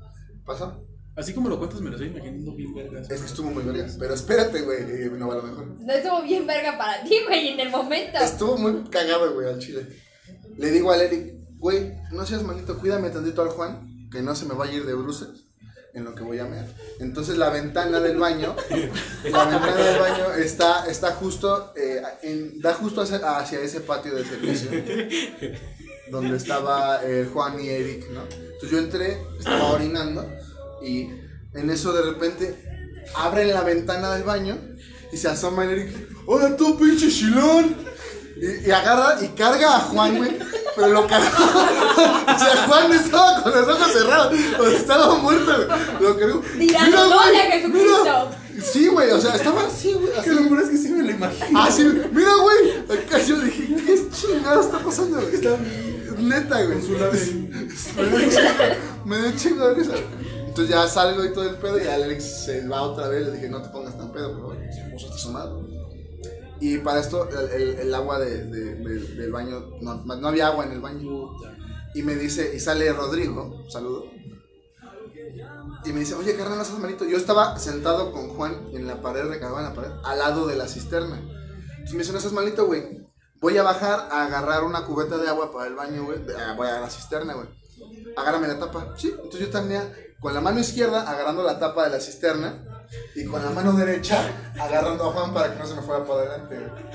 Speaker 5: ¿Pasa?
Speaker 2: Así como lo cuentas, me lo estoy imaginando bien vergas.
Speaker 5: Es que estuvo muy vergas. Pero espérate, güey. eh, No va a lo mejor.
Speaker 4: No estuvo bien verga para ti, güey, en el momento.
Speaker 5: Estuvo muy cagado, güey, al chile. Le digo al Eric, güey, no seas malito, cuídame tantito al Juan, que no se me vaya a ir de bruces en lo que voy a mear. Entonces la ventana del baño, la ventana del baño está, está justo, eh, en- da justo hacia, hacia ese patio de servicio, donde estaba eh, Juan y Eric, ¿no? Entonces yo entré, estaba orinando, y en eso de repente abren la ventana del baño y se asoma el Eric. ¡Hola tú, pinche chilón! Y, y agarra y carga a Juan, güey. Pero lo cargó. o sea, Juan estaba con los ojos cerrados. O sea, estaba muerto, güey. Lo cargó.
Speaker 4: Tirando
Speaker 5: güey,
Speaker 4: doble a Jesucristo".
Speaker 5: mira. Sí, güey. O sea, estaba así, güey.
Speaker 2: Que lo
Speaker 5: Así.
Speaker 2: peor es que sí me lo imagino.
Speaker 5: Ah, sí, mira, güey. Acá yo dije, ¿qué chingada está pasando, güey? Está neta, güey. Me dio chingo- Me dio chingo de risa. Entonces ya salgo y todo el pedo. Y Alex se va otra vez. Le dije, no te pongas tan pedo, por favor. Se puso hasta su madre. Y para esto, el, el- el agua de- de- de- del baño, no, no había agua en el baño. Y me dice, y sale Rodrigo, saludo. Y me dice, oye, carnal, no seas malito. Yo estaba sentado con Juan en la pared, recargado en la pared, al lado de la cisterna. Entonces me dice, no seas malito, güey. Voy a bajar a agarrar una cubeta de agua para el baño, güey. De- ah, Voy a la cisterna, güey. Agárrame la tapa. Sí, entonces yo tenía con la mano izquierda agarrando la tapa de la cisterna y con la mano derecha agarrando a Juan para que no se me fuera para adelante, güey.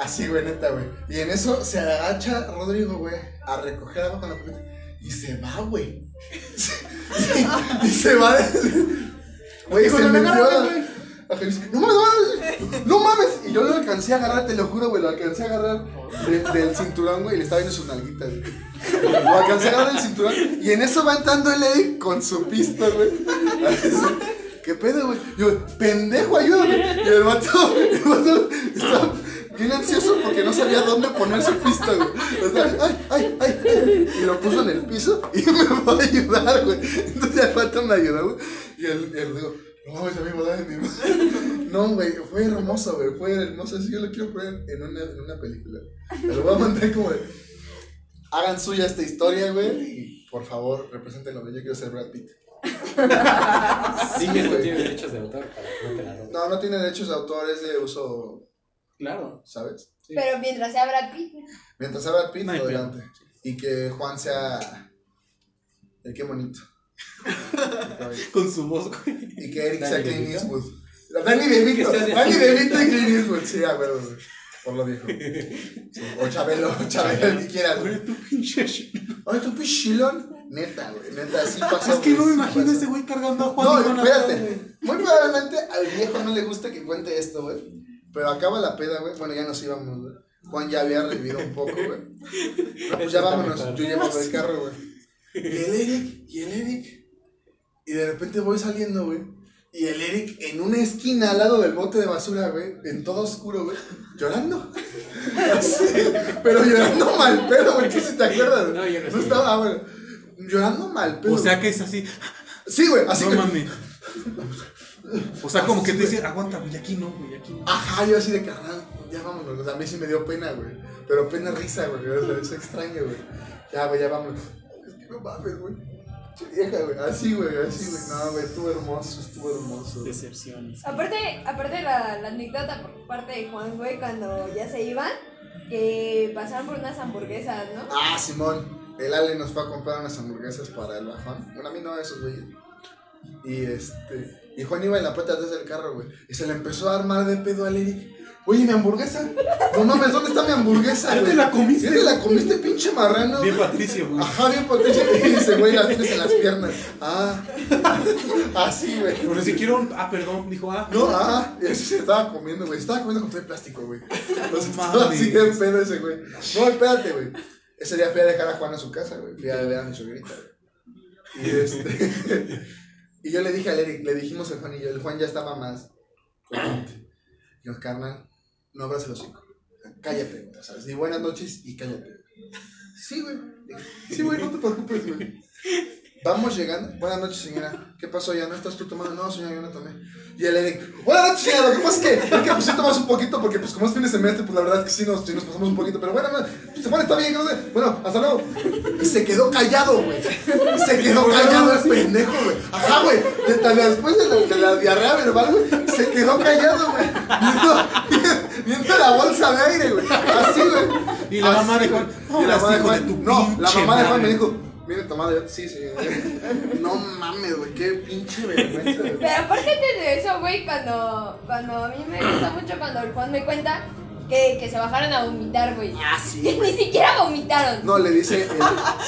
Speaker 5: Así, güey, neta, güey. Y en eso se agacha Rodrigo, güey, a recoger agua con la cubeta y se va, güey. y se va. Güey,
Speaker 2: Dijo,
Speaker 5: se
Speaker 2: "No, no,
Speaker 5: metió.
Speaker 2: no,
Speaker 5: a-
Speaker 2: güey".
Speaker 5: a Jalisco. No mames, no mames, no mames. Y yo lo alcancé a agarrar, te lo juro, güey, lo alcancé a agarrar de- del cinturón, güey, y le estaba viendo sus nalguitas, güey. Lo alcancé a agarrar del cinturón y en eso va entrando el Eric con su pista, güey. ¿Qué pedo, güey? Yo, pendejo, ayúdame. Y el vato, el vato estaba bien ansioso porque no sabía dónde poner su pista, güey. O sea, ay, ay, ay, ay. Y lo puso en el piso y me fue a ayudar, güey. Entonces el vato me ayudó, güey. Y el, el digo, no, güey, se me iba a dar en mi mano. No, güey, fue hermoso, güey. Fue hermoso. Así yo lo quiero poner en una, en una película. Me lo voy a mandar como de, hagan suya esta historia, güey. Y por favor, representen lo que yo quiero ser Brad Pitt.
Speaker 3: Dije, no
Speaker 5: güey.
Speaker 3: tiene derechos de autor para que no te la roben.
Speaker 5: No, no tiene derechos de autor, es de uso,
Speaker 2: Claro.
Speaker 5: ¿sabes?
Speaker 4: Pero mientras se abra Pitt,
Speaker 5: Mientras sea Brad Pitt,
Speaker 2: No hay pedo.
Speaker 5: adelante. Y que Juan sea el que bonito.
Speaker 2: Con su voz, güey.
Speaker 5: Y que Eric sea
Speaker 3: ¿Danny
Speaker 5: Clint
Speaker 3: DeVito?
Speaker 5: Eastwood. Danny DeVito.
Speaker 3: Que sea de-
Speaker 5: Danny DeVito y Clint Eastwood. Sí, a huevo, güey. Por lo viejo. Sí, O Chabelo, o Chabelo, el que quieras. güey.
Speaker 2: Oye, tú pinche ch-
Speaker 5: Oye, tú pichilón. Neta, güey. Neta, así pasó.
Speaker 2: Es que no me
Speaker 5: sí
Speaker 2: imagino
Speaker 5: pasó.
Speaker 2: ese güey cargando a Juan.
Speaker 5: No,
Speaker 2: y Juan atrás, güey.
Speaker 5: espérate. Muy probablemente al viejo no le gusta que cuente esto, güey. Pero acaba la peda, güey. Bueno, ya nos íbamos, güey. Juan ya había revivido un poco, güey. Pero pues ya
Speaker 3: Está
Speaker 5: vámonos.
Speaker 3: mejor.
Speaker 5: Yo llevo el carro, güey. Y el Eric, y el Eric. Y de repente voy saliendo, güey. Y el Eric en una esquina al lado del bote de basura, güey. En todo oscuro, güey. Llorando. Así, pero llorando mal pedo, güey. Tú si te acuerdas.
Speaker 3: No, yo no
Speaker 5: No
Speaker 3: estoy.
Speaker 5: estaba, ah, bueno. Llorando mal pedo.
Speaker 2: O sea que es así.
Speaker 5: sí, güey. Así
Speaker 2: no
Speaker 5: que.
Speaker 2: mames. O sea, como que te
Speaker 5: Así,
Speaker 2: dice, aguanta, güey, aquí no, güey, aquí no.
Speaker 5: Ajá, yo así de carnal, ya vámonos. O sea, a mí sí me dio pena, güey. Pero pena risa, güey. O sea, es extraño, güey. Ya, güey, ya vámonos. Es que no mames, güey. Che Vieja, güey. Así, güey, así, güey. No, güey, estuvo hermoso, estuvo hermoso. güey.
Speaker 2: Decepciones.
Speaker 4: Aparte, aparte la, la anécdota por parte de Juan, güey, cuando ya se iban, que pasaron por unas hamburguesas, ¿no?
Speaker 5: Ah, Simón. El Ale nos fue a comprar unas hamburguesas para el bajón. Bueno, a mí no, esos güeyes. Y este. Y Juan iba en la parte de atrás del carro, güey. Y se le empezó a armar de pedo al Eric. Oye, mi hamburguesa. No mames, ¿dónde está mi hamburguesa?
Speaker 2: Ya
Speaker 5: güey?
Speaker 2: Ah, te la comiste,
Speaker 5: Ya te la comiste, pinche marrano.
Speaker 2: Bien, Patricio, güey.
Speaker 5: Ajá, bien Patricia te dice, güey, las tienes en las piernas. Ah, así, güey.
Speaker 2: Pero si quiero un... Ah, perdón, dijo, ah.
Speaker 5: No, ah, y así se estaba comiendo, güey. Estaba comiendo con todo el plástico, güey. Entonces,
Speaker 2: No
Speaker 5: estaba así de
Speaker 2: mames.
Speaker 5: pedo ese, güey. No, espérate, güey. Ese día fui a dejar a Juan a su casa, güey. Fui a ver a mi suegrita, güey. Y este. y yo le dije al Eric, le dijimos al Juan y yo, el Juan ya estaba más. corriente. Dios, carnal, no abras el hocico. Cállate, güey. O sea, di buenas noches y cállate. Sí, güey. Sí, güey, no te preocupes, güey. Vamos llegando. Buenas noches, señora. ¿Qué pasó? ¿Ya no estás tú tomando? No, señora, yo no tomé. Y el Eric, buenas noches, señora. Lo que pasa es que, es que pues, sí tomamos un poquito porque, pues, como es fin de semestre, pues la verdad es que sí nos, sí nos pasamos un poquito. Pero bueno, bueno, pues, bueno, está bien. que no sé. Bueno, hasta luego. Y se quedó callado, güey. Se quedó callado el pendejo, güey. Ajá, güey. De- de- Después de la, de la diarrea verbal, güey, se quedó callado, güey. Viendo, viendo la bolsa de aire, güey. Así, güey.
Speaker 2: Y la mamá de Juan,
Speaker 5: Y la
Speaker 2: "Ahora
Speaker 5: mamá
Speaker 2: sí,
Speaker 5: de
Speaker 2: hijo de
Speaker 5: Juan,
Speaker 2: tu
Speaker 5: No, la
Speaker 2: pinche
Speaker 5: mamá de Juan me
Speaker 2: madre".
Speaker 5: dijo, mire tomada, yo, sí, sí. No mames, güey, qué pinche vergüenza. güey.
Speaker 9: Pero aparte de eso, güey, cuando, cuando a mí me gusta mucho cuando el Juan me cuenta que, que se bajaron a vomitar, güey.
Speaker 5: Ah, sí,
Speaker 9: Ni
Speaker 5: güey.
Speaker 9: siquiera vomitaron.
Speaker 5: No, le dice, eh,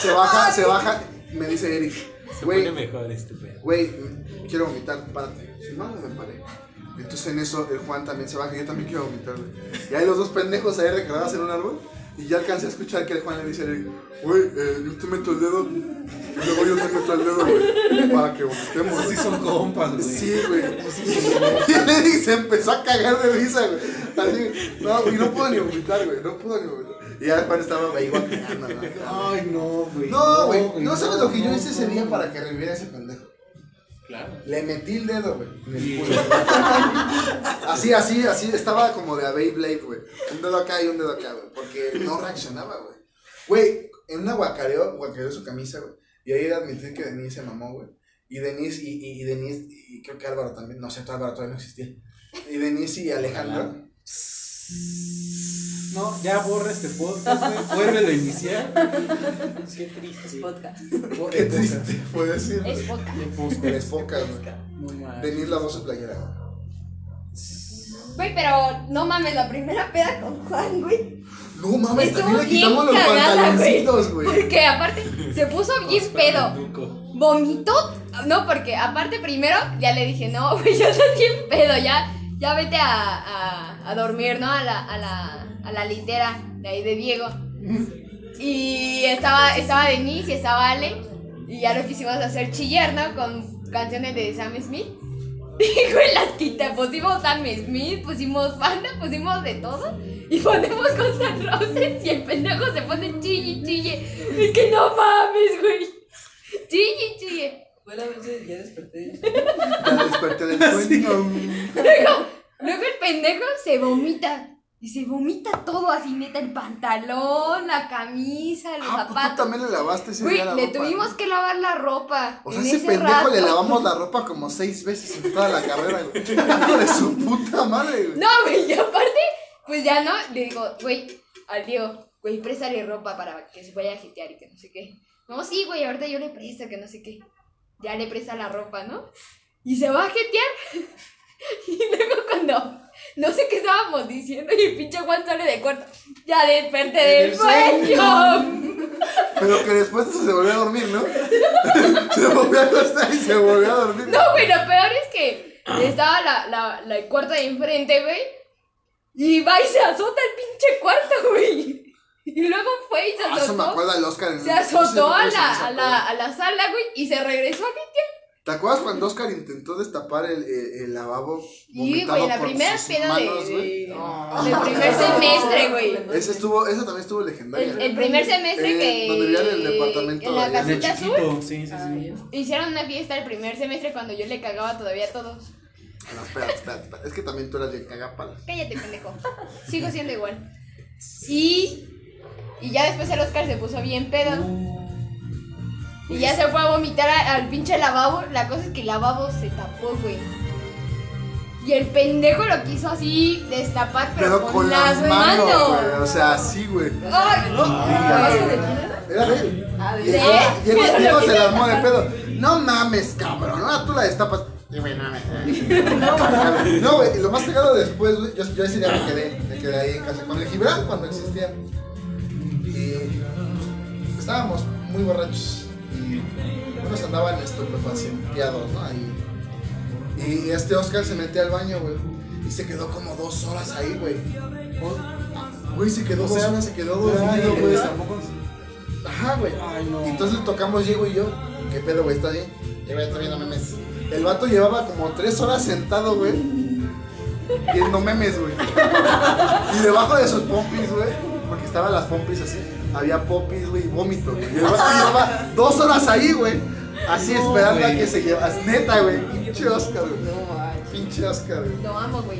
Speaker 5: se baja, se baja, me dice Eric,
Speaker 3: Se pone
Speaker 5: güey,
Speaker 3: mejor este pedo.
Speaker 5: güey, quiero vomitar, párate. Sí, no, no me paré. Entonces en eso el Juan también se baja, yo también quiero vomitar, güey. Y ahí los dos pendejos ahí recargados en un árbol. Y ya alcancé a escuchar que el Juan le dice a Eric, güey, eh, yo te meto el dedo. Y luego yo te meto el dedo, güey. Para que vomitemos.
Speaker 2: Así son compas, güey.
Speaker 5: Sí, güey. Y el Eric se empezó a cagar de risa, güey. Así, no, y no pudo ni vomitar, güey. No pudo ni vomitar. Y ya el Juan estaba, güey, igual cagando, ¿no?
Speaker 2: Ay, no, güey.
Speaker 5: No, güey. No, sabes lo que yo
Speaker 2: no,
Speaker 5: hice ese
Speaker 2: no,
Speaker 5: día
Speaker 2: no.
Speaker 5: para que reviviera ese pendejo.
Speaker 2: Claro.
Speaker 5: Le metí el dedo, güey. en el
Speaker 2: Sí.
Speaker 5: culo. Así, así, así. Estaba como de a Beyblade, güey. Un dedo acá y un dedo acá, güey. Porque no reaccionaba, güey. Güey, en una guacareó, guacareó su camisa, güey. Y ahí he de admitir que Denise se mamó, güey. Y Denise, y, y, y Denise, y creo que Álvaro también. No sé, Álvaro todavía no existía. Y Denise y Alejandro.
Speaker 2: No, ya borra este podcast, güey. Vuélvelo a iniciar.
Speaker 3: Qué triste.
Speaker 6: podcast.
Speaker 5: Qué triste fue decir.
Speaker 9: Es poca.
Speaker 5: Les poca, güey.
Speaker 2: No mames.
Speaker 5: Denise lavó su playera, güey.
Speaker 9: Güey, pero no mames, la primera peda con Juan, güey.
Speaker 5: No mames,
Speaker 9: Estuvo
Speaker 5: también le
Speaker 9: bien
Speaker 5: quitamos los
Speaker 9: cagada, güey.
Speaker 5: pantaloncitos, güey.
Speaker 9: Porque aparte se puso bien pedo. Vomitó. No, porque aparte primero ya le dije, no, güey, ya estás bien pedo, ya, ya vete a, a- a dormir, ¿no? A la, a, la, a la litera de ahí de Diego. Y estaba, estaba Denise y estaba Ale. Y ya lo quisimos hacer chillar, ¿no? Con canciones de Sam Smith. Y güey, las quita. Pusimos Sam Smith, pusimos banda, pusimos de todo. Y ponemos con San Roses y el pendejo se pone chille, chille. Es que no mames, güey. Chille, chille.
Speaker 10: Fue la vez ya desperté.
Speaker 5: La desperté del sueño.
Speaker 9: Luego, luego el pendejo se vomita. Y se vomita todo así, neta, el pantalón, la camisa, los
Speaker 5: Ah, pues tú
Speaker 9: zapatos.
Speaker 5: también le lavaste ese
Speaker 9: Güey,
Speaker 5: día la
Speaker 9: le
Speaker 5: ropa.
Speaker 9: tuvimos que lavar la ropa.
Speaker 5: O sea,
Speaker 9: en
Speaker 5: ese
Speaker 9: ese
Speaker 5: pendejo
Speaker 9: rato.
Speaker 5: le lavamos la ropa como seis veces en toda la carrera, güey. Hijo de su puta madre, güey.
Speaker 9: No, güey, y aparte, pues ya no, le digo, güey, al Diego, güey, préstale ropa para que se vaya a jetear y que no sé qué. No, sí, güey, ahorita yo le presto, que no sé qué. Ya le presta la ropa, ¿no? Y se va a jetear. Y luego cuando, no sé qué estábamos diciendo y el pinche Juan sale de cuarto. Ya desperté del sueño.
Speaker 5: Pero que después de eso se volvió a dormir, ¿no? se volvió a acostar y se volvió a dormir.
Speaker 9: No, güey, lo peor es que estaba la, la, la- el cuarto de enfrente, güey. Y va y se azota el pinche cuarto, güey. Y luego fue y se
Speaker 5: Ah, eso me
Speaker 9: azotó.
Speaker 5: acuerda el Oscar. en-
Speaker 9: Se azotó a
Speaker 5: no sé
Speaker 9: la,
Speaker 5: si
Speaker 9: a,
Speaker 5: se acuerda.
Speaker 9: la, a la sala, güey, y se regresó a mi
Speaker 5: ¿Te acuerdas cuando Oscar intentó destapar el, el, el lavabo?
Speaker 9: Y,
Speaker 5: vomitado
Speaker 9: güey, la
Speaker 5: por
Speaker 9: primera
Speaker 5: sus
Speaker 9: peda de,
Speaker 5: manos, güey? Ah,
Speaker 9: de- del primer semestre, güey.
Speaker 5: Ese estuvo, esa también estuvo legendaria.
Speaker 9: El, el primer semestre
Speaker 5: Eh,
Speaker 9: que...
Speaker 5: donde vivían en el departamento
Speaker 9: En la
Speaker 5: allá en el
Speaker 9: casita azul.
Speaker 2: Sí, sí, sí.
Speaker 6: Ay,
Speaker 9: Hicieron una fiesta el primer semestre cuando yo le cagaba todavía a todos.
Speaker 5: No, espérate, espérate, espérate. Es que también tú eras de cagapalas.
Speaker 9: Cállate, pendejo. Sigo siendo igual. Y... Y ya después el Oscar se puso bien pedo. Y ya se fue a vomitar a- al pinche lavabo. La cosa es que el lavabo se tapó, güey. Y el pendejo lo quiso así destapar, pero,
Speaker 5: Pero
Speaker 9: con,
Speaker 5: con
Speaker 9: las manos.
Speaker 5: güey. O sea, así, güey.
Speaker 9: ¡Ay!
Speaker 5: Era de él.
Speaker 6: A ver.
Speaker 5: Y el- y el Diego se la armó de pedo. No mames, cabrón. Ahora tú la destapas.
Speaker 3: Y güey, no, me-
Speaker 5: No, güey, y lo más cagado después, güey, yo, yo ese día me quedé, me quedé ahí en casa con el Gibran cuando existía. Y estábamos muy borrachos y unos andaban estupefacientados, ¿no? Ahí. Y este Oscar se metió al baño, güey, y se quedó como dos horas ahí, güey. O- Güey, se quedó dos horas, se quedó dormido,
Speaker 2: Pues,
Speaker 5: güey. Ajá, güey.
Speaker 2: Ay, no.
Speaker 5: Entonces tocamos Diego y yo. ¿Qué pedo, güey? ¿Está bien? Y güey, está bien, no memes. El vato llevaba como tres horas sentado, güey. Y no memes, güey. Y debajo de sus pompis, güey. Porque estaban las pompis así. Había popis, güey, y vómito, güey. Y el vato llevaba dos horas ahí, güey. Así esperando a que se llevas. Neta, güey. Pinche Oscar, güey. Pinche Oscar, güey.
Speaker 9: Lo amo, güey.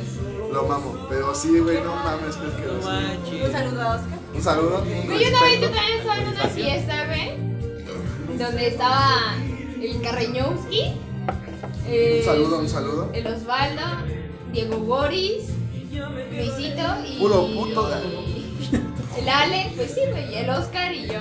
Speaker 5: Lo mamo. Pero sí, güey, no mames, qué
Speaker 3: no
Speaker 5: asqueroso.
Speaker 3: manches.
Speaker 6: saludo a Oscar.
Speaker 5: Un saludo.
Speaker 9: Güey, Pues yo una vez yo también estaba en una fiesta, güey. Donde estaba el Carreñowski. eh,
Speaker 5: Un saludo, un saludo.
Speaker 9: El Osvaldo, Diego Boris, Luisito y.
Speaker 5: Puro puto, da.
Speaker 9: El Ale, pues sí, güey, el Oscar y yo.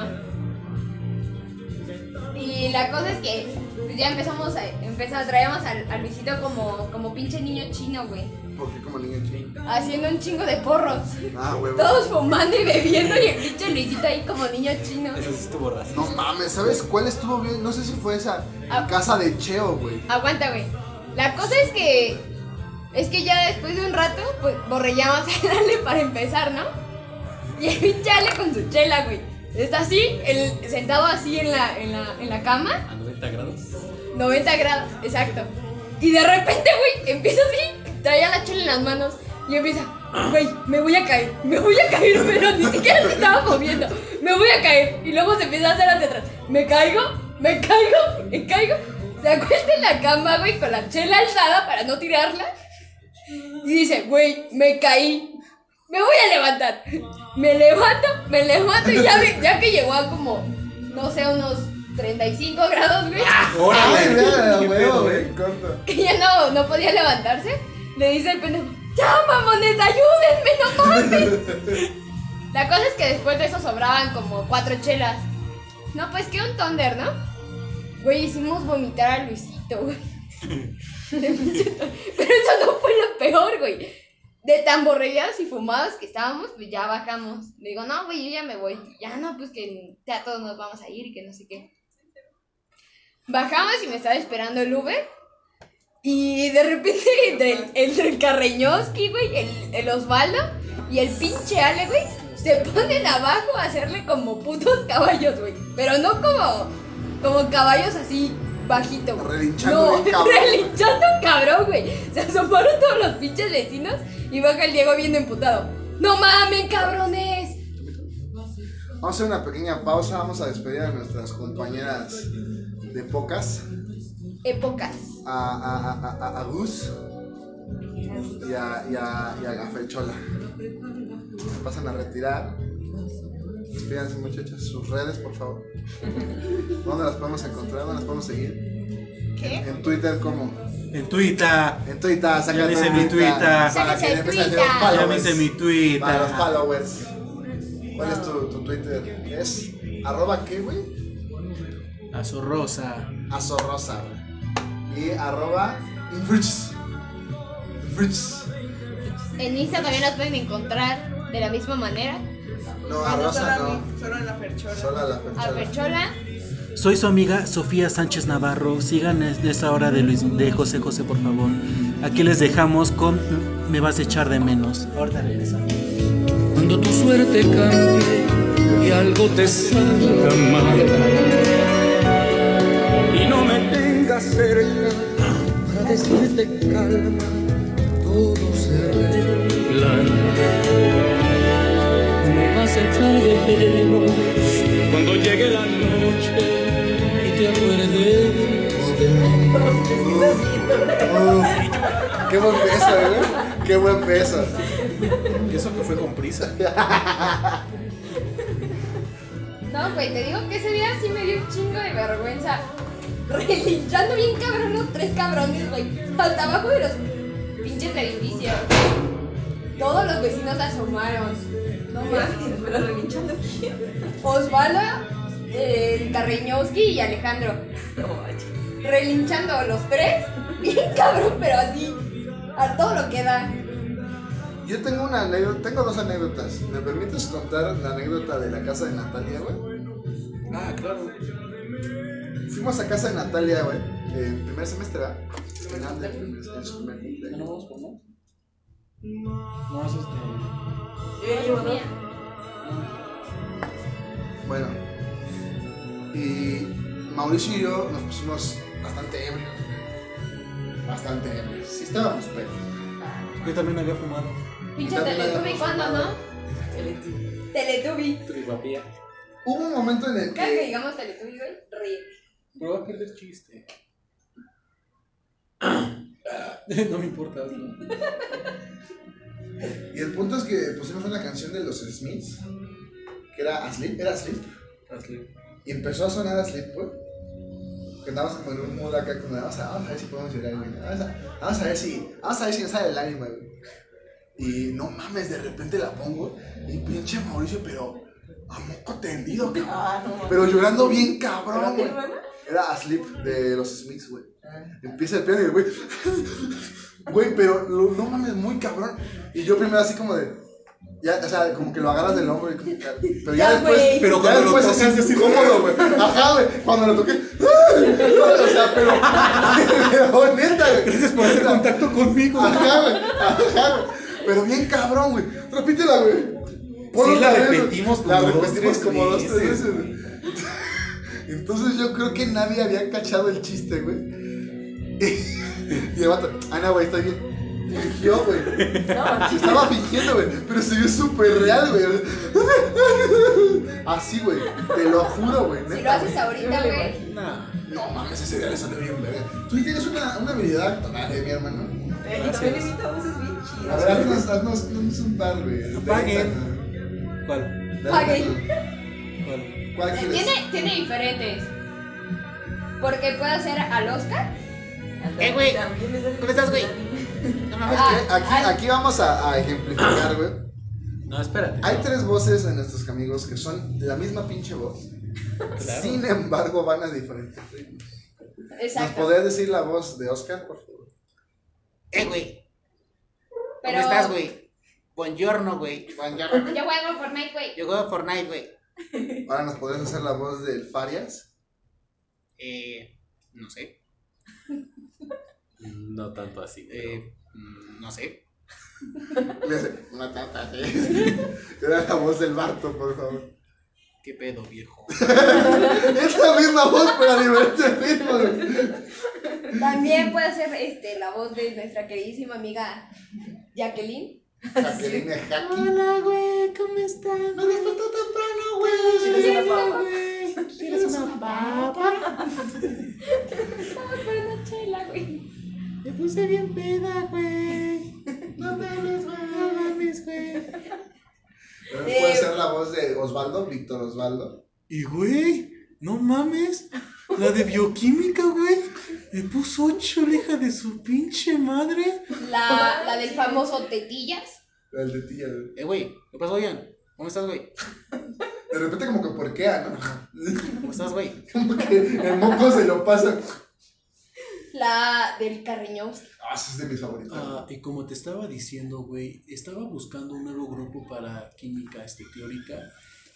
Speaker 9: Y la cosa es que pues, ya empezamos a, empezamos, traíamos al, al Luisito como, como pinche niño chino, güey.
Speaker 5: Porque como niño chino.
Speaker 9: Haciendo un chingo de porros.
Speaker 5: Ah, huevo.
Speaker 9: Todos fumando y bebiendo y el pinche Luisito ahí como niño chino.
Speaker 3: Eso sí estuvo racista.
Speaker 5: No mames, ¿sabes cuál estuvo bien? No sé si fue esa
Speaker 9: Ah.
Speaker 5: casa de Cheo, güey.
Speaker 9: Aguanta, güey. La cosa es que. Es que ya después de un rato, pues borrellamos al Ale para empezar, ¿no? Y el pinche Ale con su chela, güey. Está así, el, sentado así en la, en, la, en la cama,
Speaker 3: A 90 grados.
Speaker 9: 90 grados, exacto. Y de repente, güey, empieza así, traía la chela en las manos y empieza, güey, me voy a caer, me voy a caer, pero ni siquiera se estaba moviendo, me voy a caer. Y luego se empieza a hacer hacia atrás, me caigo, me caigo, me caigo. Se acuesta en la cama, güey, con la chela alzada para no tirarla. Y dice, güey, me caí, me voy a levantar. Me levanto, me levanto y ya, vi- ya que llegó a como, no sé, unos 35 grados, güey
Speaker 5: Ay, vea,
Speaker 2: Qué
Speaker 5: huevo,
Speaker 2: pedo, eh.
Speaker 5: güey. Corto.
Speaker 9: que ya no, no podía levantarse, le dice el pendejo, ya mamones, ayúdenme, no mames. La cosa es que después de eso sobraban como cuatro chelas. No, pues que un tonder, ¿no? Güey, hicimos vomitar a Luisito, güey. De pinche to- Pero eso no fue lo peor, güey. De tan borrellados y fumados que estábamos, pues ya bajamos. Le digo, no, güey, yo ya me voy. Ya no, pues que ya todos nos vamos a ir y que no sé qué. Bajamos y me estaba esperando el Uber. Y de repente entre el, entre el Carreñoski, güey, el, el Osvaldo y el pinche Ale, güey, se ponen abajo a hacerle como putos caballos, güey. Pero no como, como caballos así bajito, güey.
Speaker 5: Relinchando bien
Speaker 9: no,
Speaker 5: cabrón.
Speaker 9: relinchando cabrón, güey. Se asomaron todos los pinches vecinos y baja el Diego bien emputado. ¡No mamen, cabrones!
Speaker 5: Vamos a hacer una pequeña pausa. Vamos a despedir a nuestras compañeras de pocas.
Speaker 9: Épocas.
Speaker 5: A, a, a, a, a Gus y a, y a, y a la Fechola. Se pasan a retirar. Despídanse, muchachas. Sus redes, por favor. ¿Dónde las podemos encontrar? ¿Dónde las podemos seguir?
Speaker 9: ¿Qué?
Speaker 5: En Twitter, ¿cómo?
Speaker 2: En Twitter.
Speaker 5: En Twitter, sácate
Speaker 2: Ya me hice
Speaker 5: un
Speaker 2: mi
Speaker 5: Twitter.
Speaker 2: Twitter.
Speaker 5: Para que
Speaker 9: Sácate
Speaker 5: le empiecen a
Speaker 9: Twitter.
Speaker 5: llegar followers.
Speaker 2: Ya me hice mi Twitter.
Speaker 5: Para los followers. ¿Cuál es tu, tu Twitter? Es arroba qué, güey?
Speaker 2: A su rosa.
Speaker 5: Azorrosa, güey. Y arroba infruits. Infruits.
Speaker 9: En Insta también las pueden encontrar de la misma manera.
Speaker 5: No, a Rosa no.
Speaker 11: Solo en la perchola.
Speaker 5: Solo a la
Speaker 9: A
Speaker 5: perchola.
Speaker 9: Perchola.
Speaker 2: Soy su amiga Sofía Sánchez Navarro. Sigan en esta hora de, Luis, de José José, por favor. Aquí les dejamos con Me vas a echar de menos. Ahorita regresamos.
Speaker 1: Cuando tu suerte cambie y algo te salga mal y no me tengas cerca para decirte calma, todo se arreglará. Me vas a echar de menos cuando llegue la noche y te acuerdes de mí.
Speaker 5: Uh, qué buen beso, güey. Qué buen beso.
Speaker 2: Eso que fue con prisa.
Speaker 9: No, güey, te digo que ese día sí me dio un chingo de vergüenza. Relinchando bien cabrón los tres cabrones, güey. Hasta abajo de los pinches edificios. Todos los vecinos asomaron. No mames.
Speaker 6: Pero relinchando aquí.
Speaker 9: Osvaldo, eh, Carreñowski y Alejandro. Relinchando los tres.
Speaker 8: bien cabrón, pero así, a todo lo que da.
Speaker 5: Yo tengo una anécdota, tengo dos anécdotas. ¿Me permites contar la anécdota de la casa de Natalia, güey?
Speaker 2: Ah, claro.
Speaker 5: Fuimos a casa de Natalia, güey, en primer semestre, ¿verdad? Final del primer- en su primer
Speaker 2: ¿Ya no
Speaker 5: cumpleaños.
Speaker 2: vamos por más? No, es este.
Speaker 5: Bueno, y Mauricio y yo nos pusimos bastante ebrios. güey. Bastante ebrios. Sí, estábamos pedos.
Speaker 2: Yo también había fumado.
Speaker 4: Pinche
Speaker 5: también
Speaker 4: Teletubby,
Speaker 5: habíamos
Speaker 4: ¿cuándo,
Speaker 5: fumado.
Speaker 4: no?
Speaker 8: Teletubby.
Speaker 3: Tripapía.
Speaker 5: Hubo un momento en el
Speaker 4: Cada que
Speaker 5: que.
Speaker 4: digamos Teletubby, güey, ríe.
Speaker 2: Pero va a perder chiste.
Speaker 1: Ah.
Speaker 2: no me importa. hazlo.
Speaker 5: Y el punto es que pusimos una canción de los Smiths, que era Asleep, era Asleep.
Speaker 2: Hazle.
Speaker 5: Y empezó a sonar Asleep, güey. Que andabas como en un mood acá, como de, vamos a, vamos a ver si podemos llorar, güey. Vamos a, vamos a ver si, vamos a ver si nos sale el ánimo, güey. Y no mames, de repente la pongo y pinche Mauricio, pero a moco tendido, cabrón.
Speaker 6: Ah, no.
Speaker 5: Pero llorando bien cabrón,
Speaker 6: ¿Pero
Speaker 5: güey.
Speaker 6: qué, hermana? Ah.
Speaker 5: Era Asleep de los Smiths, güey. Empieza el piano y el güey. Güey, pero lo- no mames, muy cabrón. Y yo primero así como de. Ya, o sea, como que lo agarras del hombro y como que- Pero ya,
Speaker 8: Ya,
Speaker 5: después.
Speaker 8: güey.
Speaker 5: Pero
Speaker 2: Ya
Speaker 5: cuando lo
Speaker 2: después
Speaker 5: tocas
Speaker 2: así,
Speaker 5: es incómodo, güey. Ajá, güey. Cuando lo toqué. o sea, pero. Pero neta, güey.
Speaker 2: Gracias por hacer contacto conmigo.
Speaker 5: Ajá, güey. Ajá, güey. Pero bien cabrón, güey. Repítela, güey. Ponlo
Speaker 2: Sí, la
Speaker 5: otra vez, güey.
Speaker 2: repetimos como
Speaker 5: La
Speaker 2: dos,
Speaker 5: repetimos
Speaker 2: tres
Speaker 5: como dos, tres
Speaker 2: veces,
Speaker 5: veces, güey. Entonces yo creo que nadie había cachado el chiste, güey. Y el vato, ah, no, güey, estoy bien. Fingió, güey. Se estaba fingiendo, güey. Pero se vio súper real, güey. Así, güey. Te lo juro, güey.
Speaker 4: Si lo
Speaker 5: neta,
Speaker 4: haces
Speaker 5: güey.
Speaker 4: ahorita, güey,
Speaker 2: Nah.
Speaker 5: No mames, ese día le salió bien, verga. Tú tienes una, una habilidad actoral, eh, mi hermano.
Speaker 6: Eh, y también imita voces bien
Speaker 5: A
Speaker 6: chidas.
Speaker 5: ver, haznos, haznos, haznos un par, güey. De
Speaker 2: Apaguen.
Speaker 5: esta.
Speaker 2: ¿Cuál?
Speaker 5: De
Speaker 8: Apaguen.
Speaker 5: esta.
Speaker 2: ¿Cuál?
Speaker 5: ¿Cuál quieres?
Speaker 4: tiene, tiene diferentes. Porque puede hacer al Oscar.
Speaker 6: Eh, güey. ¿Cómo estás, güey?
Speaker 5: Ah, ¿Sabes qué? Aquí, aquí vamos a, a ejemplificar, güey.
Speaker 3: No, espérate.
Speaker 5: Hay
Speaker 3: no.
Speaker 5: tres voces en nuestros amigos que son la misma pinche voz.
Speaker 3: Claro.
Speaker 5: Sin embargo, van a diferentes ritmos. ¿Nos
Speaker 4: Exacto.
Speaker 5: podrías decir la voz de Oscar, por favor?
Speaker 12: Eh, güey,
Speaker 4: Pero
Speaker 12: ¿cómo estás, güey? Buongiorno, güey. Buongiorno.
Speaker 4: yo juego por Mike, güey.
Speaker 12: Yo juego a Fortnite, güey.
Speaker 5: Ahora nos podrías hacer la voz del Farias.
Speaker 12: Eh, no sé.
Speaker 3: No tanto así. pero-
Speaker 12: Eh, mm, no sé.
Speaker 5: Le hace, "Una tata, ¿eh?". Era la voz del Barto, por favor.
Speaker 12: ¿Qué pedo, viejo?
Speaker 5: Es la misma voz, pero a diferentes ritmos. güey.
Speaker 4: También puede hacer este, la voz de nuestra queridísima amiga Jacqueline.
Speaker 5: Jacqueline Jackie.
Speaker 12: Hola, güey, ¿cómo estás?
Speaker 5: Me despertó temprano, güey.
Speaker 6: ¿Quieres una papa?
Speaker 12: ¿Quieres una papa?
Speaker 4: Por una chela, güey.
Speaker 12: Me puse bien peda, güey. No mames, güey. No mames, güey.
Speaker 5: También puede ser la voz de Osvaldo, Víctor Osvaldo.
Speaker 2: Y güey, no mames. La de bioquímica, güey. Me puso ocho, la hija de su pinche madre.
Speaker 4: La, la del famoso Tetillas.
Speaker 5: El de tía, güey.
Speaker 12: Eh, güey, ¿qué pasó, Ian? ¿Cómo estás, güey?
Speaker 5: De repente como que porquea, ¿no?
Speaker 12: ¿Cómo estás, güey?
Speaker 5: Como que el moco se lo pasa.
Speaker 4: La del Carriñosa.
Speaker 5: Ah, ese es de mis favoritos.
Speaker 2: Ah, y como te estaba diciendo, güey, estaba buscando un nuevo grupo para química este, teórica.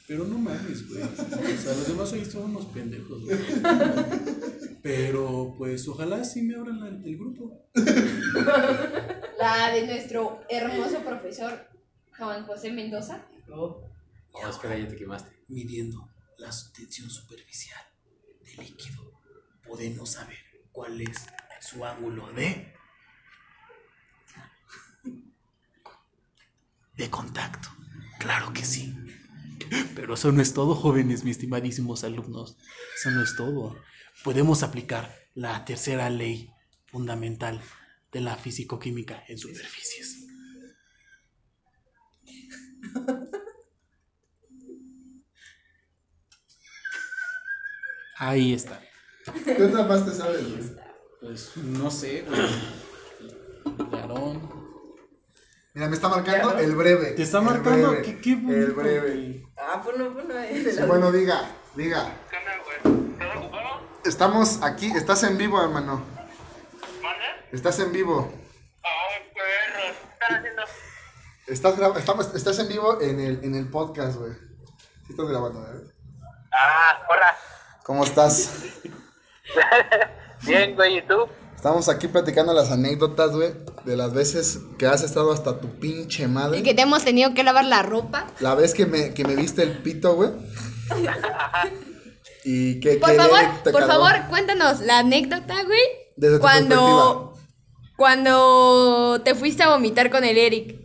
Speaker 2: Pero no mames, güey. O sea, los demás ahí son unos pendejos, güey. Pero pues ojalá sí me abran la- el grupo.
Speaker 4: La de nuestro hermoso profesor Juan José Mendoza.
Speaker 3: No, espera, ya te quemaste.
Speaker 2: midiendo la tensión superficial del líquido, podemos saber cuál es su ángulo de de contacto. Claro que sí. Pero eso no es todo, jóvenes, mis estimadísimos alumnos. Eso no es todo. Podemos aplicar la tercera ley fundamental de la fisicoquímica en superficies. Ahí está.
Speaker 5: ¿Qué otra más te sabes, güey?
Speaker 2: Pues no sé, güey. Larón.
Speaker 5: Mira, me está marcando el breve.
Speaker 2: Te está
Speaker 5: El
Speaker 2: marcando
Speaker 5: breve,
Speaker 2: que qué bonito,
Speaker 5: El breve.
Speaker 2: güey.
Speaker 6: Ah,
Speaker 4: pues
Speaker 6: ponlo, ponlo. eh, de
Speaker 5: Sí,
Speaker 6: la-
Speaker 5: Bueno, diga, diga.
Speaker 9: ¿Qué onda, güey? ¿Estás ocupado?
Speaker 5: Estamos aquí, estás en vivo, hermano.
Speaker 9: ¿Mande?
Speaker 5: Estás en vivo. Estás, gra- estamos- estás en vivo en el, en el podcast, güey. Sí estás grabando, ¿eh? ¿verdad?
Speaker 9: Ah, hola.
Speaker 5: ¿Cómo estás?
Speaker 9: Bien, güey, ¿y tú?
Speaker 5: Estamos aquí platicando las anécdotas, güey, de las veces que has estado hasta tu pinche madre.
Speaker 4: Y que te hemos tenido que lavar la ropa.
Speaker 5: La vez que me, que me viste el pito, güey. Y que
Speaker 4: Por
Speaker 5: que
Speaker 4: favor,
Speaker 5: Derek te
Speaker 4: por
Speaker 5: cargó
Speaker 4: favor, cuéntanos la anécdota, güey.
Speaker 5: Desde tu perspectiva.
Speaker 8: Cuando. Cuando te fuiste a vomitar con el Eric.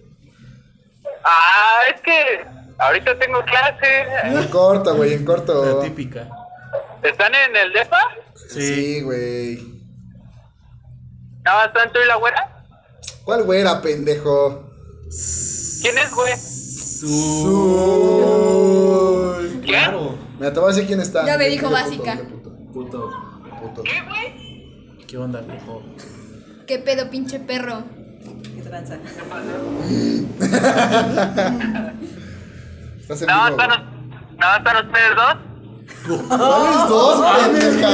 Speaker 9: Ah, es que ahorita tengo clase.
Speaker 5: En corto, güey, en corto. La
Speaker 2: típica.
Speaker 9: ¿Están en el DEPA?
Speaker 5: Sí, güey.
Speaker 9: ¿No, están tú y la güera?
Speaker 5: ¿Cuál güera, pendejo?
Speaker 9: ¿Quién es, güey?
Speaker 5: Zul.
Speaker 9: Claro.
Speaker 5: Mira, te voy a decir quién está.
Speaker 4: Ya me
Speaker 5: Qué
Speaker 4: dijo
Speaker 5: puto,
Speaker 4: básica.
Speaker 5: qué puto, Puto. Puto.
Speaker 9: ¿Qué, güey?
Speaker 2: ¿Qué onda, viejo?
Speaker 4: ¿Qué pedo, pinche perro?
Speaker 6: ¿Qué tranza?
Speaker 5: Estás en
Speaker 9: No,
Speaker 5: vivo, güey.
Speaker 9: están, no, están ustedes dos.
Speaker 5: ¿Cuáles dos, pendeja?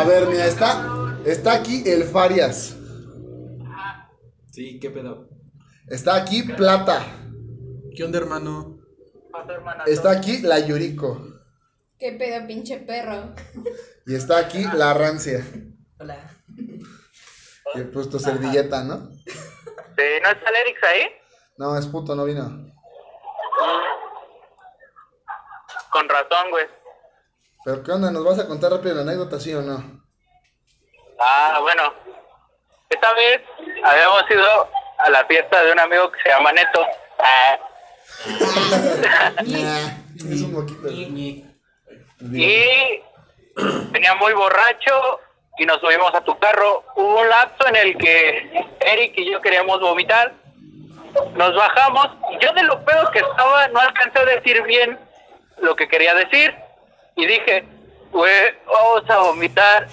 Speaker 5: A ver, mira, está, está aquí el Farias.
Speaker 13: Sí, qué pedo.
Speaker 5: Está aquí Plata.
Speaker 2: ¿Qué onda, hermano?
Speaker 5: Está aquí la Yuriko.
Speaker 4: ¿Qué pedo, pinche perro?
Speaker 5: Y está aquí
Speaker 9: Ah.
Speaker 5: la Rancia.
Speaker 6: Hola.
Speaker 5: Y pues tu servilleta, ¿no?
Speaker 9: Sí, ¿No está el Erix ahí?
Speaker 5: No, es puto, no vino.
Speaker 9: Con razón, güey.
Speaker 5: Pero ¿qué onda? ¿Nos vas a contar rápido la anécdota, sí o no?
Speaker 9: Ah, bueno. Esta vez habíamos ido a la fiesta de un amigo que se llama Neto. Ah,
Speaker 5: Ah, es un poquito.
Speaker 9: y venía muy borracho y nos subimos a tu carro. Hubo un lapso en el que Eric y yo queríamos vomitar. Nos bajamos. Yo de lo pedo que estaba no alcancé a decir bien lo que quería decir. Y dije, güey, vamos a vomitar.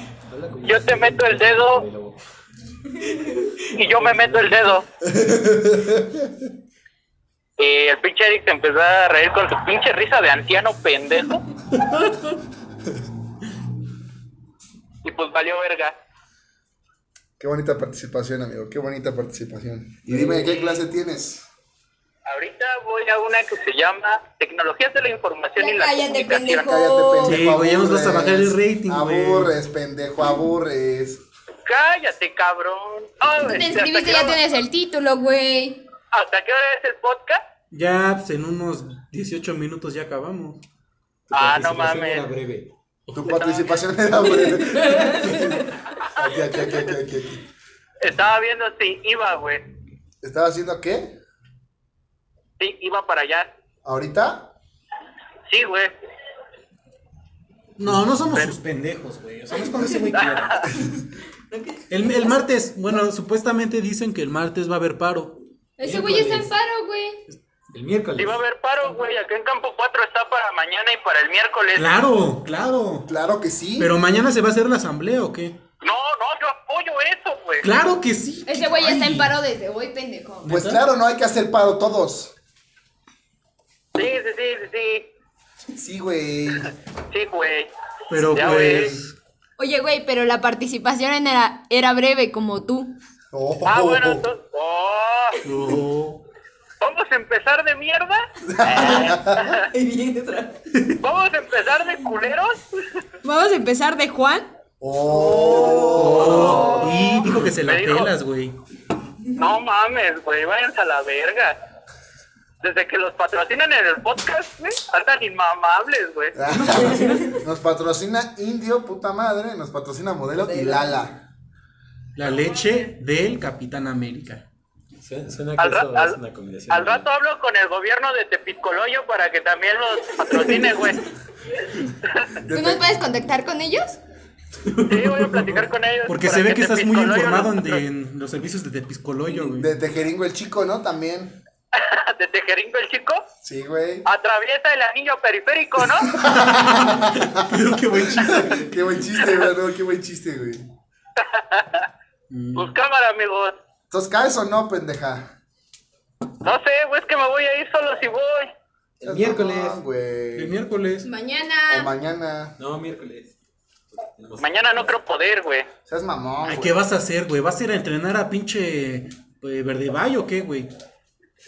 Speaker 9: Yo te meto el dedo y yo me meto el dedo. Y el pinche Eric se empezó a reír con su pinche risa de anciano pendejo. Y pues valió verga.
Speaker 5: Qué bonita participación, amigo. Qué bonita participación. Y dime, ¿qué clase tienes?
Speaker 9: Ahorita voy a una que se llama Tecnologías de la Información
Speaker 4: Ya
Speaker 9: y la
Speaker 4: cállate,
Speaker 9: Comunicación.
Speaker 4: pendejo.
Speaker 2: Sí, güey, ya nos vas a bajar el
Speaker 5: aburres,
Speaker 2: rating, güey.
Speaker 5: Aburres, pendejo, aburres.
Speaker 9: Cállate, cabrón. Ah,
Speaker 4: Tú te
Speaker 9: este,
Speaker 4: inscribiste, ya
Speaker 9: ¿hasta, qué hora,
Speaker 4: tienes el título, güey.
Speaker 9: ¿Hasta qué hora es el podcast?
Speaker 2: Ya, pues, en unos 18 minutos ya acabamos.
Speaker 9: Ah, no
Speaker 13: Participación
Speaker 9: mames.
Speaker 13: era breve.
Speaker 5: Tu participación era breve. Aquí, aquí, aquí, aquí, aquí, aquí.
Speaker 9: Estaba viendo si iba, güey.
Speaker 5: ¿Estaba haciendo qué?
Speaker 9: Sí, iba para allá.
Speaker 5: ¿Ahorita?
Speaker 9: Sí, güey.
Speaker 2: No, no somos sus pendejos, güey. O sea, no es cuando ese güey quiera. El, el martes, bueno, supuestamente dicen que el martes va a haber paro.
Speaker 4: Ese güey está en paro, güey.
Speaker 13: El miércoles.
Speaker 9: Sí va a haber paro, güey. Acá en Campo 4 está para mañana y para el miércoles.
Speaker 2: Claro, claro.
Speaker 5: Claro que sí.
Speaker 2: Pero mañana se va a hacer la asamblea o qué?
Speaker 9: No, no, yo apoyo eso, güey.
Speaker 2: Claro que sí.
Speaker 4: Ese güey
Speaker 2: Ay.
Speaker 4: está en paro desde hoy, pendejo.
Speaker 5: Pues claro, no hay que hacer paro todos.
Speaker 9: Sí, sí, sí, sí, sí.
Speaker 5: Sí, güey.
Speaker 9: Sí, güey.
Speaker 2: Pero
Speaker 9: Ya,
Speaker 2: pues.
Speaker 4: Oye, güey, pero la participación en era, era breve, como tú.
Speaker 5: Oh.
Speaker 9: Ah, bueno, entonces. ¡Oh!
Speaker 2: no.
Speaker 9: ¿Vamos a empezar de mierda? ¿Vamos a empezar de culeros?
Speaker 8: Vamos a empezar de Juan.
Speaker 5: Oh.
Speaker 2: Y dijo que se la
Speaker 9: Me dijo.
Speaker 2: pelas, güey.
Speaker 9: No mames, güey, váyanse a la verga. Desde que los patrocinan en el podcast, güey, andan inmamables, güey.
Speaker 5: Nos patrocina Indio, puta madre. Nos patrocina Modelo y Lala.
Speaker 2: La leche del Capitán América.
Speaker 13: Suena, suena que
Speaker 9: Al, ra-
Speaker 13: eso
Speaker 9: al-
Speaker 13: es una combinación.
Speaker 9: al rato hablo con el gobierno de Tepicoloyo para que también los patrocine, güey.
Speaker 4: ¿Tú nos puedes contactar con ellos?
Speaker 9: Sí, voy a platicar con ellos.
Speaker 2: Porque
Speaker 9: para
Speaker 2: se ve que estás muy
Speaker 9: Tepicoloyo
Speaker 2: informado en,
Speaker 9: los
Speaker 2: de- en los servicios de Tepiscoloyo, güey.
Speaker 5: De Tejeringo el Chico, ¿no? También.
Speaker 9: patro- De Tejeringo el Chico,
Speaker 5: Sí, güey.
Speaker 9: atraviesa el anillo periférico, ¿no?
Speaker 2: Qué buen chiste.
Speaker 5: Qué buen chiste, güey. no, qué buen chiste, güey.
Speaker 9: Pues cámara, amigos.
Speaker 5: Entonces, ¿caes o no, pendeja?
Speaker 9: No sé, güey, es que me voy a ir solo si voy.
Speaker 13: El miércoles.
Speaker 5: No, güey.
Speaker 2: El miércoles.
Speaker 4: Mañana.
Speaker 5: O mañana.
Speaker 13: No, miércoles.
Speaker 9: Mañana no creo poder, güey.
Speaker 5: Seas mamón.
Speaker 2: Ay, ¿Qué vas a hacer, güey? ¿Vas a ir a entrenar a pinche eh, Verde Valle o qué, güey?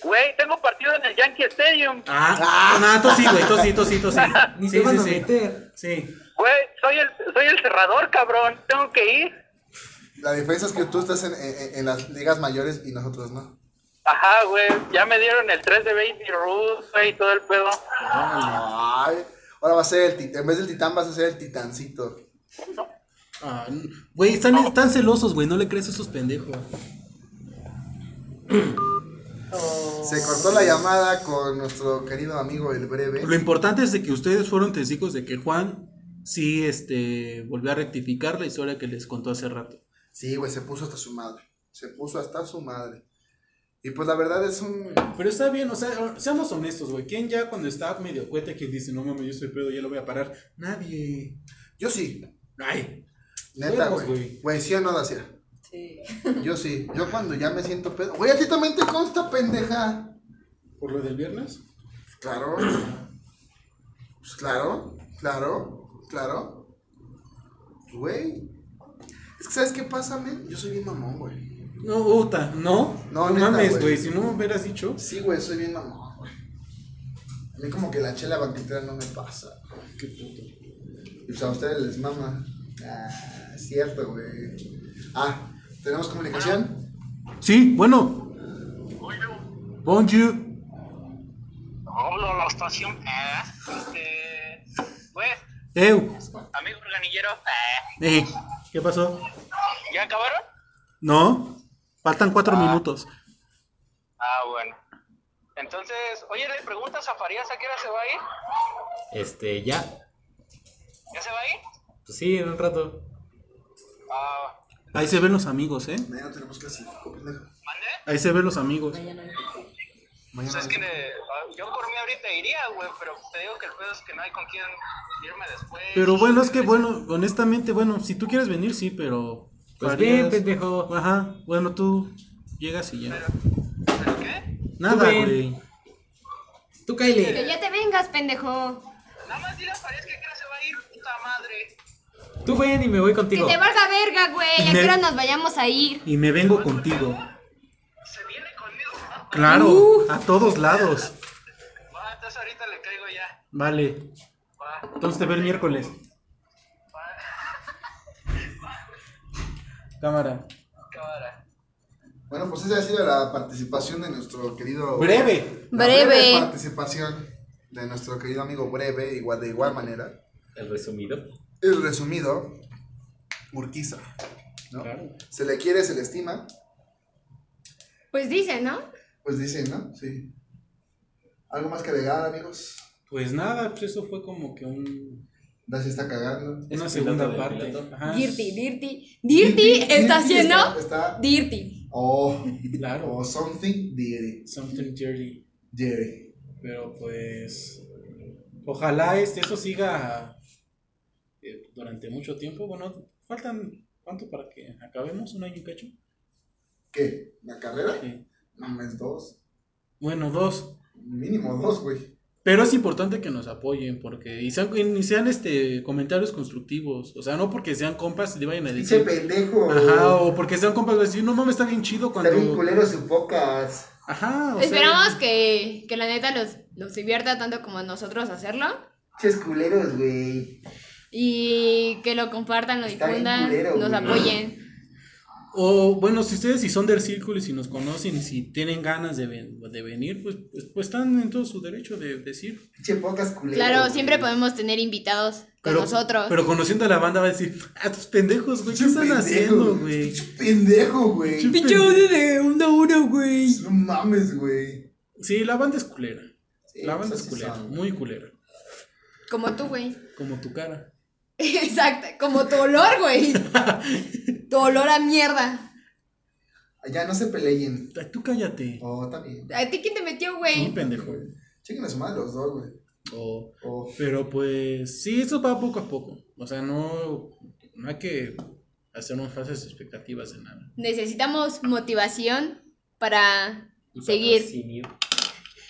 Speaker 9: Güey, tengo partido en el Yankee Stadium.
Speaker 2: Ah, ah, no, tú sí, güey, tú sí, tú sí, tú sí.
Speaker 9: Ni
Speaker 2: Sí,
Speaker 9: te van
Speaker 2: sí,
Speaker 9: a
Speaker 2: sí. Sí.
Speaker 9: Güey, soy el, soy el cerrador, cabrón. Tengo que ir.
Speaker 5: La diferencia es que tú estás en, en- en las ligas mayores y nosotros no.
Speaker 9: Ajá, güey. Ya me dieron el 3 de Baby Ruth, güey, y todo el pedo.
Speaker 5: Ay, ahora va a ser el tit- en vez del titán vas a ser el titancito.
Speaker 2: Ah, n- Güey, están, están celosos, güey, no le crees a esos pendejos.
Speaker 5: Se cortó la llamada con nuestro querido amigo el breve.
Speaker 2: Lo importante es de que ustedes fueron testigos de que Juan sí este, volvió a rectificar la historia que les contó hace rato.
Speaker 5: Sí, güey, se puso hasta su madre. Se puso hasta su madre. Y pues la verdad es un.
Speaker 2: Pero está bien, o sea, seamos honestos, güey. ¿Quién ya cuando está medio cuete que dice, no mames, yo soy pedo, ya lo voy a parar? Nadie.
Speaker 5: Yo sí.
Speaker 2: Ay.
Speaker 5: Neta,
Speaker 2: Huevos,
Speaker 5: güey. Güey, sí o no lo hacía. Yo sí. Yo cuando ya me siento pedo. Güey, a ti también te consta, pendeja.
Speaker 2: ¿Por lo del viernes?
Speaker 5: Claro. Pues claro, claro, claro. Güey. Es que, ¿sabes qué pasa, men? Yo soy bien mamón, güey.
Speaker 2: No, puta, no.
Speaker 5: No,
Speaker 2: No,
Speaker 5: neta,
Speaker 2: mames,
Speaker 5: güey.
Speaker 2: güey, si no me hubieras dicho.
Speaker 5: Sí, güey, soy bien mamón, güey. A mí como que la chela banquetera no me pasa.
Speaker 2: Qué puto.
Speaker 5: Y pues a ustedes les mama. Ah, es cierto, güey. Ah, ¿tenemos comunicación?
Speaker 2: Sí, bueno. Bonjour.
Speaker 9: Hola, la estación. Ah, este. Güey,
Speaker 2: Eu.
Speaker 9: amigo organillero. ah,
Speaker 2: Eh, ¿Qué pasó?
Speaker 9: ¿Ya acabaron?
Speaker 2: No. Faltan cuatro minutos.
Speaker 9: Ah, bueno. Entonces, oye, le preguntas a Farías a qué hora se va a ir.
Speaker 3: Este, ya.
Speaker 9: ¿Ya se va a ir?
Speaker 3: Pues sí, en un rato.
Speaker 9: Ah,
Speaker 2: Ahí se ven los amigos, ¿eh?
Speaker 5: Mañana tenemos clasifico, pendejo.
Speaker 2: Ahí se ven los amigos.
Speaker 9: pues es que eh, ah, yo por mí ahorita iría, güey, pero te digo que el pedo es que no hay con quién irme después.
Speaker 2: Pero bueno, es que bueno, honestamente, bueno, si tú quieres venir, sí, pero.
Speaker 3: Pues
Speaker 2: Farías-
Speaker 3: bien, pendejo.
Speaker 2: Ajá, bueno, tú llegas y ya.
Speaker 9: ¿Pero qué?
Speaker 2: Nada,
Speaker 3: ven.
Speaker 2: güey.
Speaker 3: Tú
Speaker 4: Que
Speaker 3: cáele.
Speaker 4: ya te vengas, pendejo.
Speaker 9: Nada más dile a Farías que a qué hora se va a ir, puta madre.
Speaker 3: Tú ven y me voy
Speaker 4: Que
Speaker 3: contigo.
Speaker 4: te valga verga, güey. ¿A qué hora nos vayamos a ir?
Speaker 2: Y me vengo contigo. Claro, a todos lados.
Speaker 9: Va, entonces ahorita le caigo ya.
Speaker 2: Vale. Entonces te veo el miércoles. Cámara.
Speaker 9: Cámara.
Speaker 5: Bueno, pues esa ha sido la participación de nuestro querido.
Speaker 2: Breve.
Speaker 5: La
Speaker 8: Breve.
Speaker 5: participación de nuestro querido amigo Breve, igual de igual manera.
Speaker 3: El resumido.
Speaker 5: El resumido, Urquiza. ¿no? Se le quiere, se le estima.
Speaker 4: Pues dice, ¿no?
Speaker 5: Pues dicen, ¿no? Sí. ¿Algo más que agregar, amigos?
Speaker 2: Pues nada, pues eso fue como que un,
Speaker 5: Ya se está cagando.
Speaker 2: una
Speaker 3: piloto
Speaker 2: segunda
Speaker 3: del
Speaker 2: parte.
Speaker 3: piloto.
Speaker 2: Ajá.
Speaker 4: Dirty, Dirty. Dirty está haciendo
Speaker 5: Está, está-
Speaker 4: Dirty.
Speaker 5: Oh,
Speaker 2: Claro.
Speaker 5: o something dirty.
Speaker 2: Something dirty.
Speaker 5: Dirty.
Speaker 2: Pero pues. Ojalá este, eso siga eh, durante mucho tiempo. Bueno, faltan. ¿Cuánto para que acabemos? ¿Un año y cacho?
Speaker 5: ¿Qué? ¿La carrera?
Speaker 2: Sí.
Speaker 5: Mames, dos.
Speaker 2: Bueno, dos.
Speaker 5: Mínimo dos, güey.
Speaker 2: Pero es importante que nos apoyen porque. Y sean, y sean, este, comentarios constructivos. O sea, no porque sean compas le vayan a
Speaker 5: Pinche
Speaker 2: decir.
Speaker 5: pendejo.
Speaker 2: Ajá, o porque sean compas van a decir, no mames, está bien chido
Speaker 5: Está
Speaker 2: cuando.
Speaker 5: bien culero su podcast.
Speaker 2: Ajá, o sea.
Speaker 4: Esperamos que, que la neta los, los divierta tanto como a nosotros hacerlo.
Speaker 5: Pinches culeros, güey.
Speaker 4: Y que lo compartan, lo
Speaker 5: Está bien
Speaker 4: difundan,
Speaker 5: culero,
Speaker 4: nos
Speaker 5: güey.
Speaker 4: apoyen.
Speaker 2: O bueno, si ustedes si son del círculo y si nos conocen y si tienen ganas de, ven- de venir, pues, pues, pues están en todo su derecho de decir.
Speaker 5: Pinche podcast culero.
Speaker 4: Claro,
Speaker 5: güey.
Speaker 4: siempre podemos tener invitados con nosotros.
Speaker 2: Pero conociendo a la banda va a decir, ah, tus pendejos, güey, ¿qué
Speaker 5: Pinche
Speaker 2: están
Speaker 5: pendejo,
Speaker 2: haciendo, güey?
Speaker 5: Pinche pendejo, güey.
Speaker 2: Pinche
Speaker 4: de una hora, güey.
Speaker 5: No mames, güey.
Speaker 2: Sí, la banda es culera. la banda
Speaker 5: pues
Speaker 2: es
Speaker 5: así
Speaker 2: culera,
Speaker 5: son.
Speaker 2: muy culera.
Speaker 4: Como tú, güey.
Speaker 2: Como tu cara.
Speaker 4: Exacto, como tu olor, güey. Tu olor a mierda.
Speaker 5: Ya no se peleen.
Speaker 2: Ay, Tú cállate.
Speaker 5: Oh, está bien.
Speaker 4: ¿A ti quién te metió,
Speaker 2: Muy
Speaker 4: güey?
Speaker 2: pendejo.
Speaker 5: Chequen a su madre los dos, güey.
Speaker 2: O-
Speaker 5: Oh.
Speaker 2: pero pues, sí, eso va poco a poco. O sea, no, no hay que hacernos falsas expectativas de nada.
Speaker 4: Necesitamos motivación para
Speaker 3: Y
Speaker 4: seguir,
Speaker 3: patrocinio.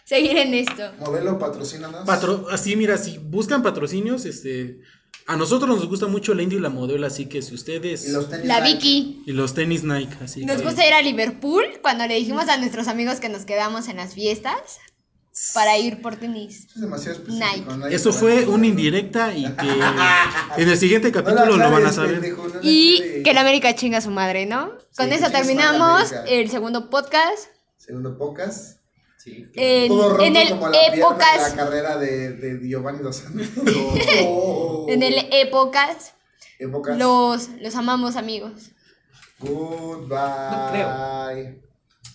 Speaker 4: seguir en esto.
Speaker 5: Modelo, patrocínanos.
Speaker 2: Patro, así, mira, si buscan patrocinios, este, A nosotros nos gusta mucho la Indy y la modelo, así que si ustedes. Y los
Speaker 5: tenis
Speaker 4: La Vicky.
Speaker 2: Y los tenis Nike, así
Speaker 4: Nos
Speaker 2: que-
Speaker 4: gusta ir a Liverpool cuando le dijimos a nuestros amigos que nos quedamos en las fiestas para ir por tenis.
Speaker 5: Es demasiado
Speaker 4: Nike.
Speaker 2: Eso fue una indirecta y que en el siguiente capítulo lo van a saber.
Speaker 4: Y que la América chinga a su madre, ¿no? Con
Speaker 5: que
Speaker 4: eso
Speaker 5: chingue su madre
Speaker 4: terminamos
Speaker 5: la América.
Speaker 4: el segundo podcast.
Speaker 5: Segundo pocas. Sí.
Speaker 4: En- en el
Speaker 5: de
Speaker 4: épocas.
Speaker 5: la carrera de, de Giovanni Dos Santos. Oh,
Speaker 4: En el épocas.
Speaker 5: Épocas.
Speaker 4: Los, los amamos, amigos.
Speaker 5: Goodbye.